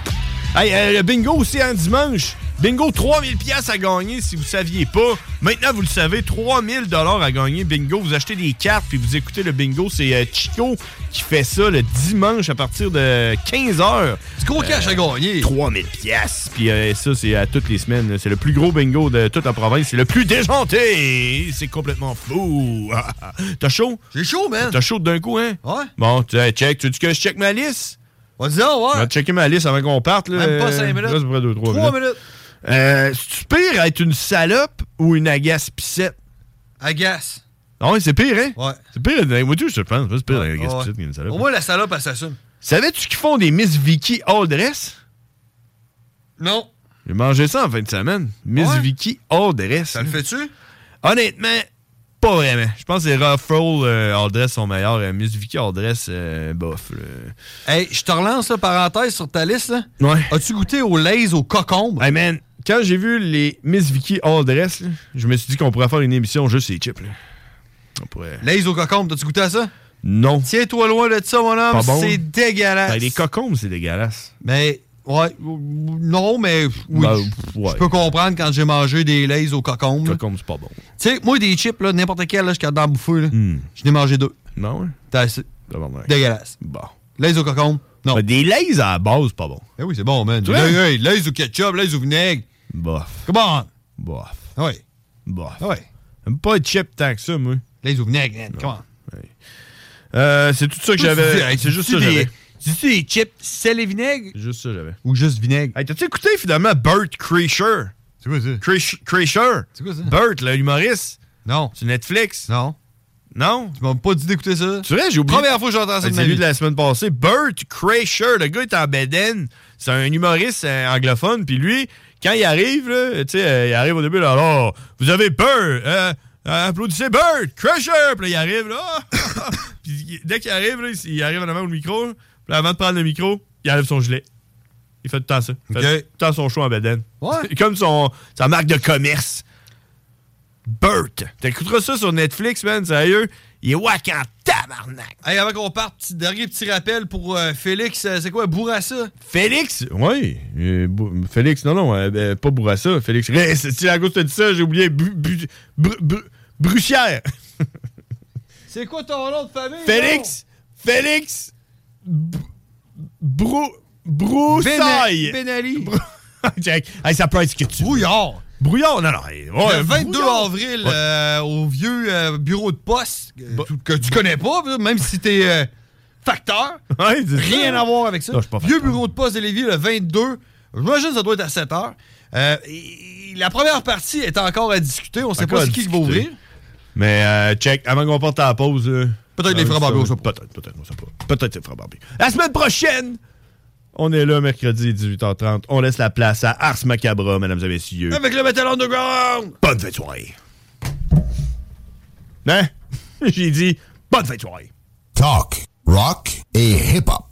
Hey, euh, le bingo aussi, un dimanche. Bingo, 3000 pièces à gagner si vous saviez pas. Maintenant, vous le savez, 3000 dollars à gagner. Bingo, vous achetez des cartes puis vous écoutez le bingo. C'est euh, Chico qui fait ça le dimanche à partir de 15h.
C'est gros cash à gagner.
3000 pièces. Puis euh, ça, c'est à toutes les semaines. C'est le plus gros bingo de toute la province. C'est le plus déjanté. C'est complètement fou. T'as chaud?
J'ai chaud, man.
T'as chaud d'un coup, hein?
Ouais.
Bon, tu hey, check. Tu veux que je check ma liste?
Vas-y, ouais.
Je vais checker ma liste avant qu'on parte. Là.
Même pas cinq minutes.
Là, c'est près de trois
Trois
minutes.
minutes.
Euh, c'est-tu pire à être une salope ou une agace pissette?
Agace.
Ah ouais, c'est pire, hein?
Ouais.
C'est pire, euh, moi, je pense. C'est pire, une agace
Ouais.
pissette qu'une salope.
Au moins, la salope, elle s'assume.
Savais-tu qu'ils font des Miss Vicky All Dress?
Non.
J'ai mangé ça en fin de semaine. Miss
Ouais?
Vicky All Dress. Ça
le fait-tu?
Honnêtement, Pas vraiment. Je pense que les Rough Roll euh, Hardress sont meilleurs. Euh, Miss Vicky Hardress, euh, bof. là.
Hey, je te relance, là, parenthèse sur ta liste, là.
Ouais.
As-tu goûté au Lays au cocombe?
Hey man, quand j'ai vu les Miss Vicky All Dress, là, je me suis dit qu'on pourrait faire une émission juste les chips. Là. On pourrait.
Lays au cocombe, t'as-tu goûté à ça?
Non.
Tiens-toi loin de ça, mon homme.
Pas bon.
C'est dégueulasse.
Ben, les cocombes, c'est dégueulasse.
Mais, ouais, non, mais oui.
Ben,
je-
ouais.
Je peux comprendre quand j'ai mangé des Lays au cocombe. là.
Cocombes, c'est pas bon.
Tu sais, moi, des chips, là, n'importe quel, là, je suis capable d'en bouffer, là.
Hmm.
Je n'ai mangé deux.
Non, ouais.
T'as assez. Dégueulasse.
Bon. Ben,
Lays au cocombe. Non.
des lays à la base, pas bon.
Eh oui, c'est bon, man.
Tu vois?
Hey, hey, lays au ketchup, lays au vinaigre.
Bof.
Come on.
Bof.
Oui.
Bof.
Ouais.
J'aime pas être chip tant que ça, moi.
Lays au vinaigre, man. Come on.
Euh, c'est tout ça que j'avais. C'est juste ça que j'avais.
C'est-tu des chips, sel et vinaigre?
C'est Juste ça que j'avais.
Ou juste vinaigre.
Hey, t'as-tu écouté finalement Burt Kreischer?
C'est quoi ça?
Kreischer?
C'est quoi ça?
Burt, l'humoriste?
Non.
Sur Netflix?
Non.
Non?
Tu m'as pas dit d'écouter ça?
Tu vrai, j'ai oublié.
Première fois que j'entends ça
Hey,
de
C'est
ma
lui
vie.
Ah, de la semaine passée. Burt Kreischer, le gars est en Beden. C'est un humoriste euh, anglophone. Puis lui, quand il arrive, là, tu sais, euh, il arrive au début, là, alors, vous avez peur. euh, euh, applaudissez Burt Kreischer. Puis là, il arrive, là. puis il- dès qu'il arrive, là, il il arrive en avant au micro. Puis là, avant de prendre le micro, il enlève son gilet. Il fait tout le temps ça. Il fait
Ok.
tout le temps son show en Beden.
Ouais.
C'est comme son, sa marque de commerce. Burt. T'écouteras ça sur Netflix, man, sérieux. Il est wack en tabarnak.
Hey, avant qu'on parte, petit- dernier petit rappel pour euh, Félix, euh, c'est quoi, Bourassa?
Félix, oui. euh, Bou- Félix, non, non, euh, euh, pas Bourassa. Félix, Rey, c'est si la gauche te dit ça, j'ai oublié. Bru- Bru- Bru- Bru- Bruchière.
C'est quoi ton nom de famille?
Félix, Félix, Br- Brou, Broussaille.
Benali.
Jack, hey, ça peut être ce que tu veux.
Ben Brouillard.
Brouillard, non, non. hey, ouais,
le 22
brouillard.
avril,
Ouais.
euh, au vieux euh, bureau de poste, euh, tu- que tu connais pas, là, même si t'es euh, facteur,
Ouais, c'est ça.
rien à voir avec ça.
Non, je suis pas
vieux bureau de poste de Lévis, le 22, j'imagine que ça doit être à 7 heures. Euh, et- et la première partie est encore à discuter, on sait
Encore
pas
à
c'est qui qui va
discuter.
ouvrir.
Mais euh, check, avant qu'on parte à la pause. euh,
Peut-être les
euh,
frères
ça-
Barbier, on sait
Peut-être, peut-être, on sait pas. Peut-être les frères Barbier. La semaine prochaine, on est là mercredi 18h30. On laisse la place à Ars Macabra, mesdames et messieurs.
Avec le Metal Underground!
Bonne fête soirée. Hein? J'ai dit bonne fête soirée.
Talk, rock et hip-hop.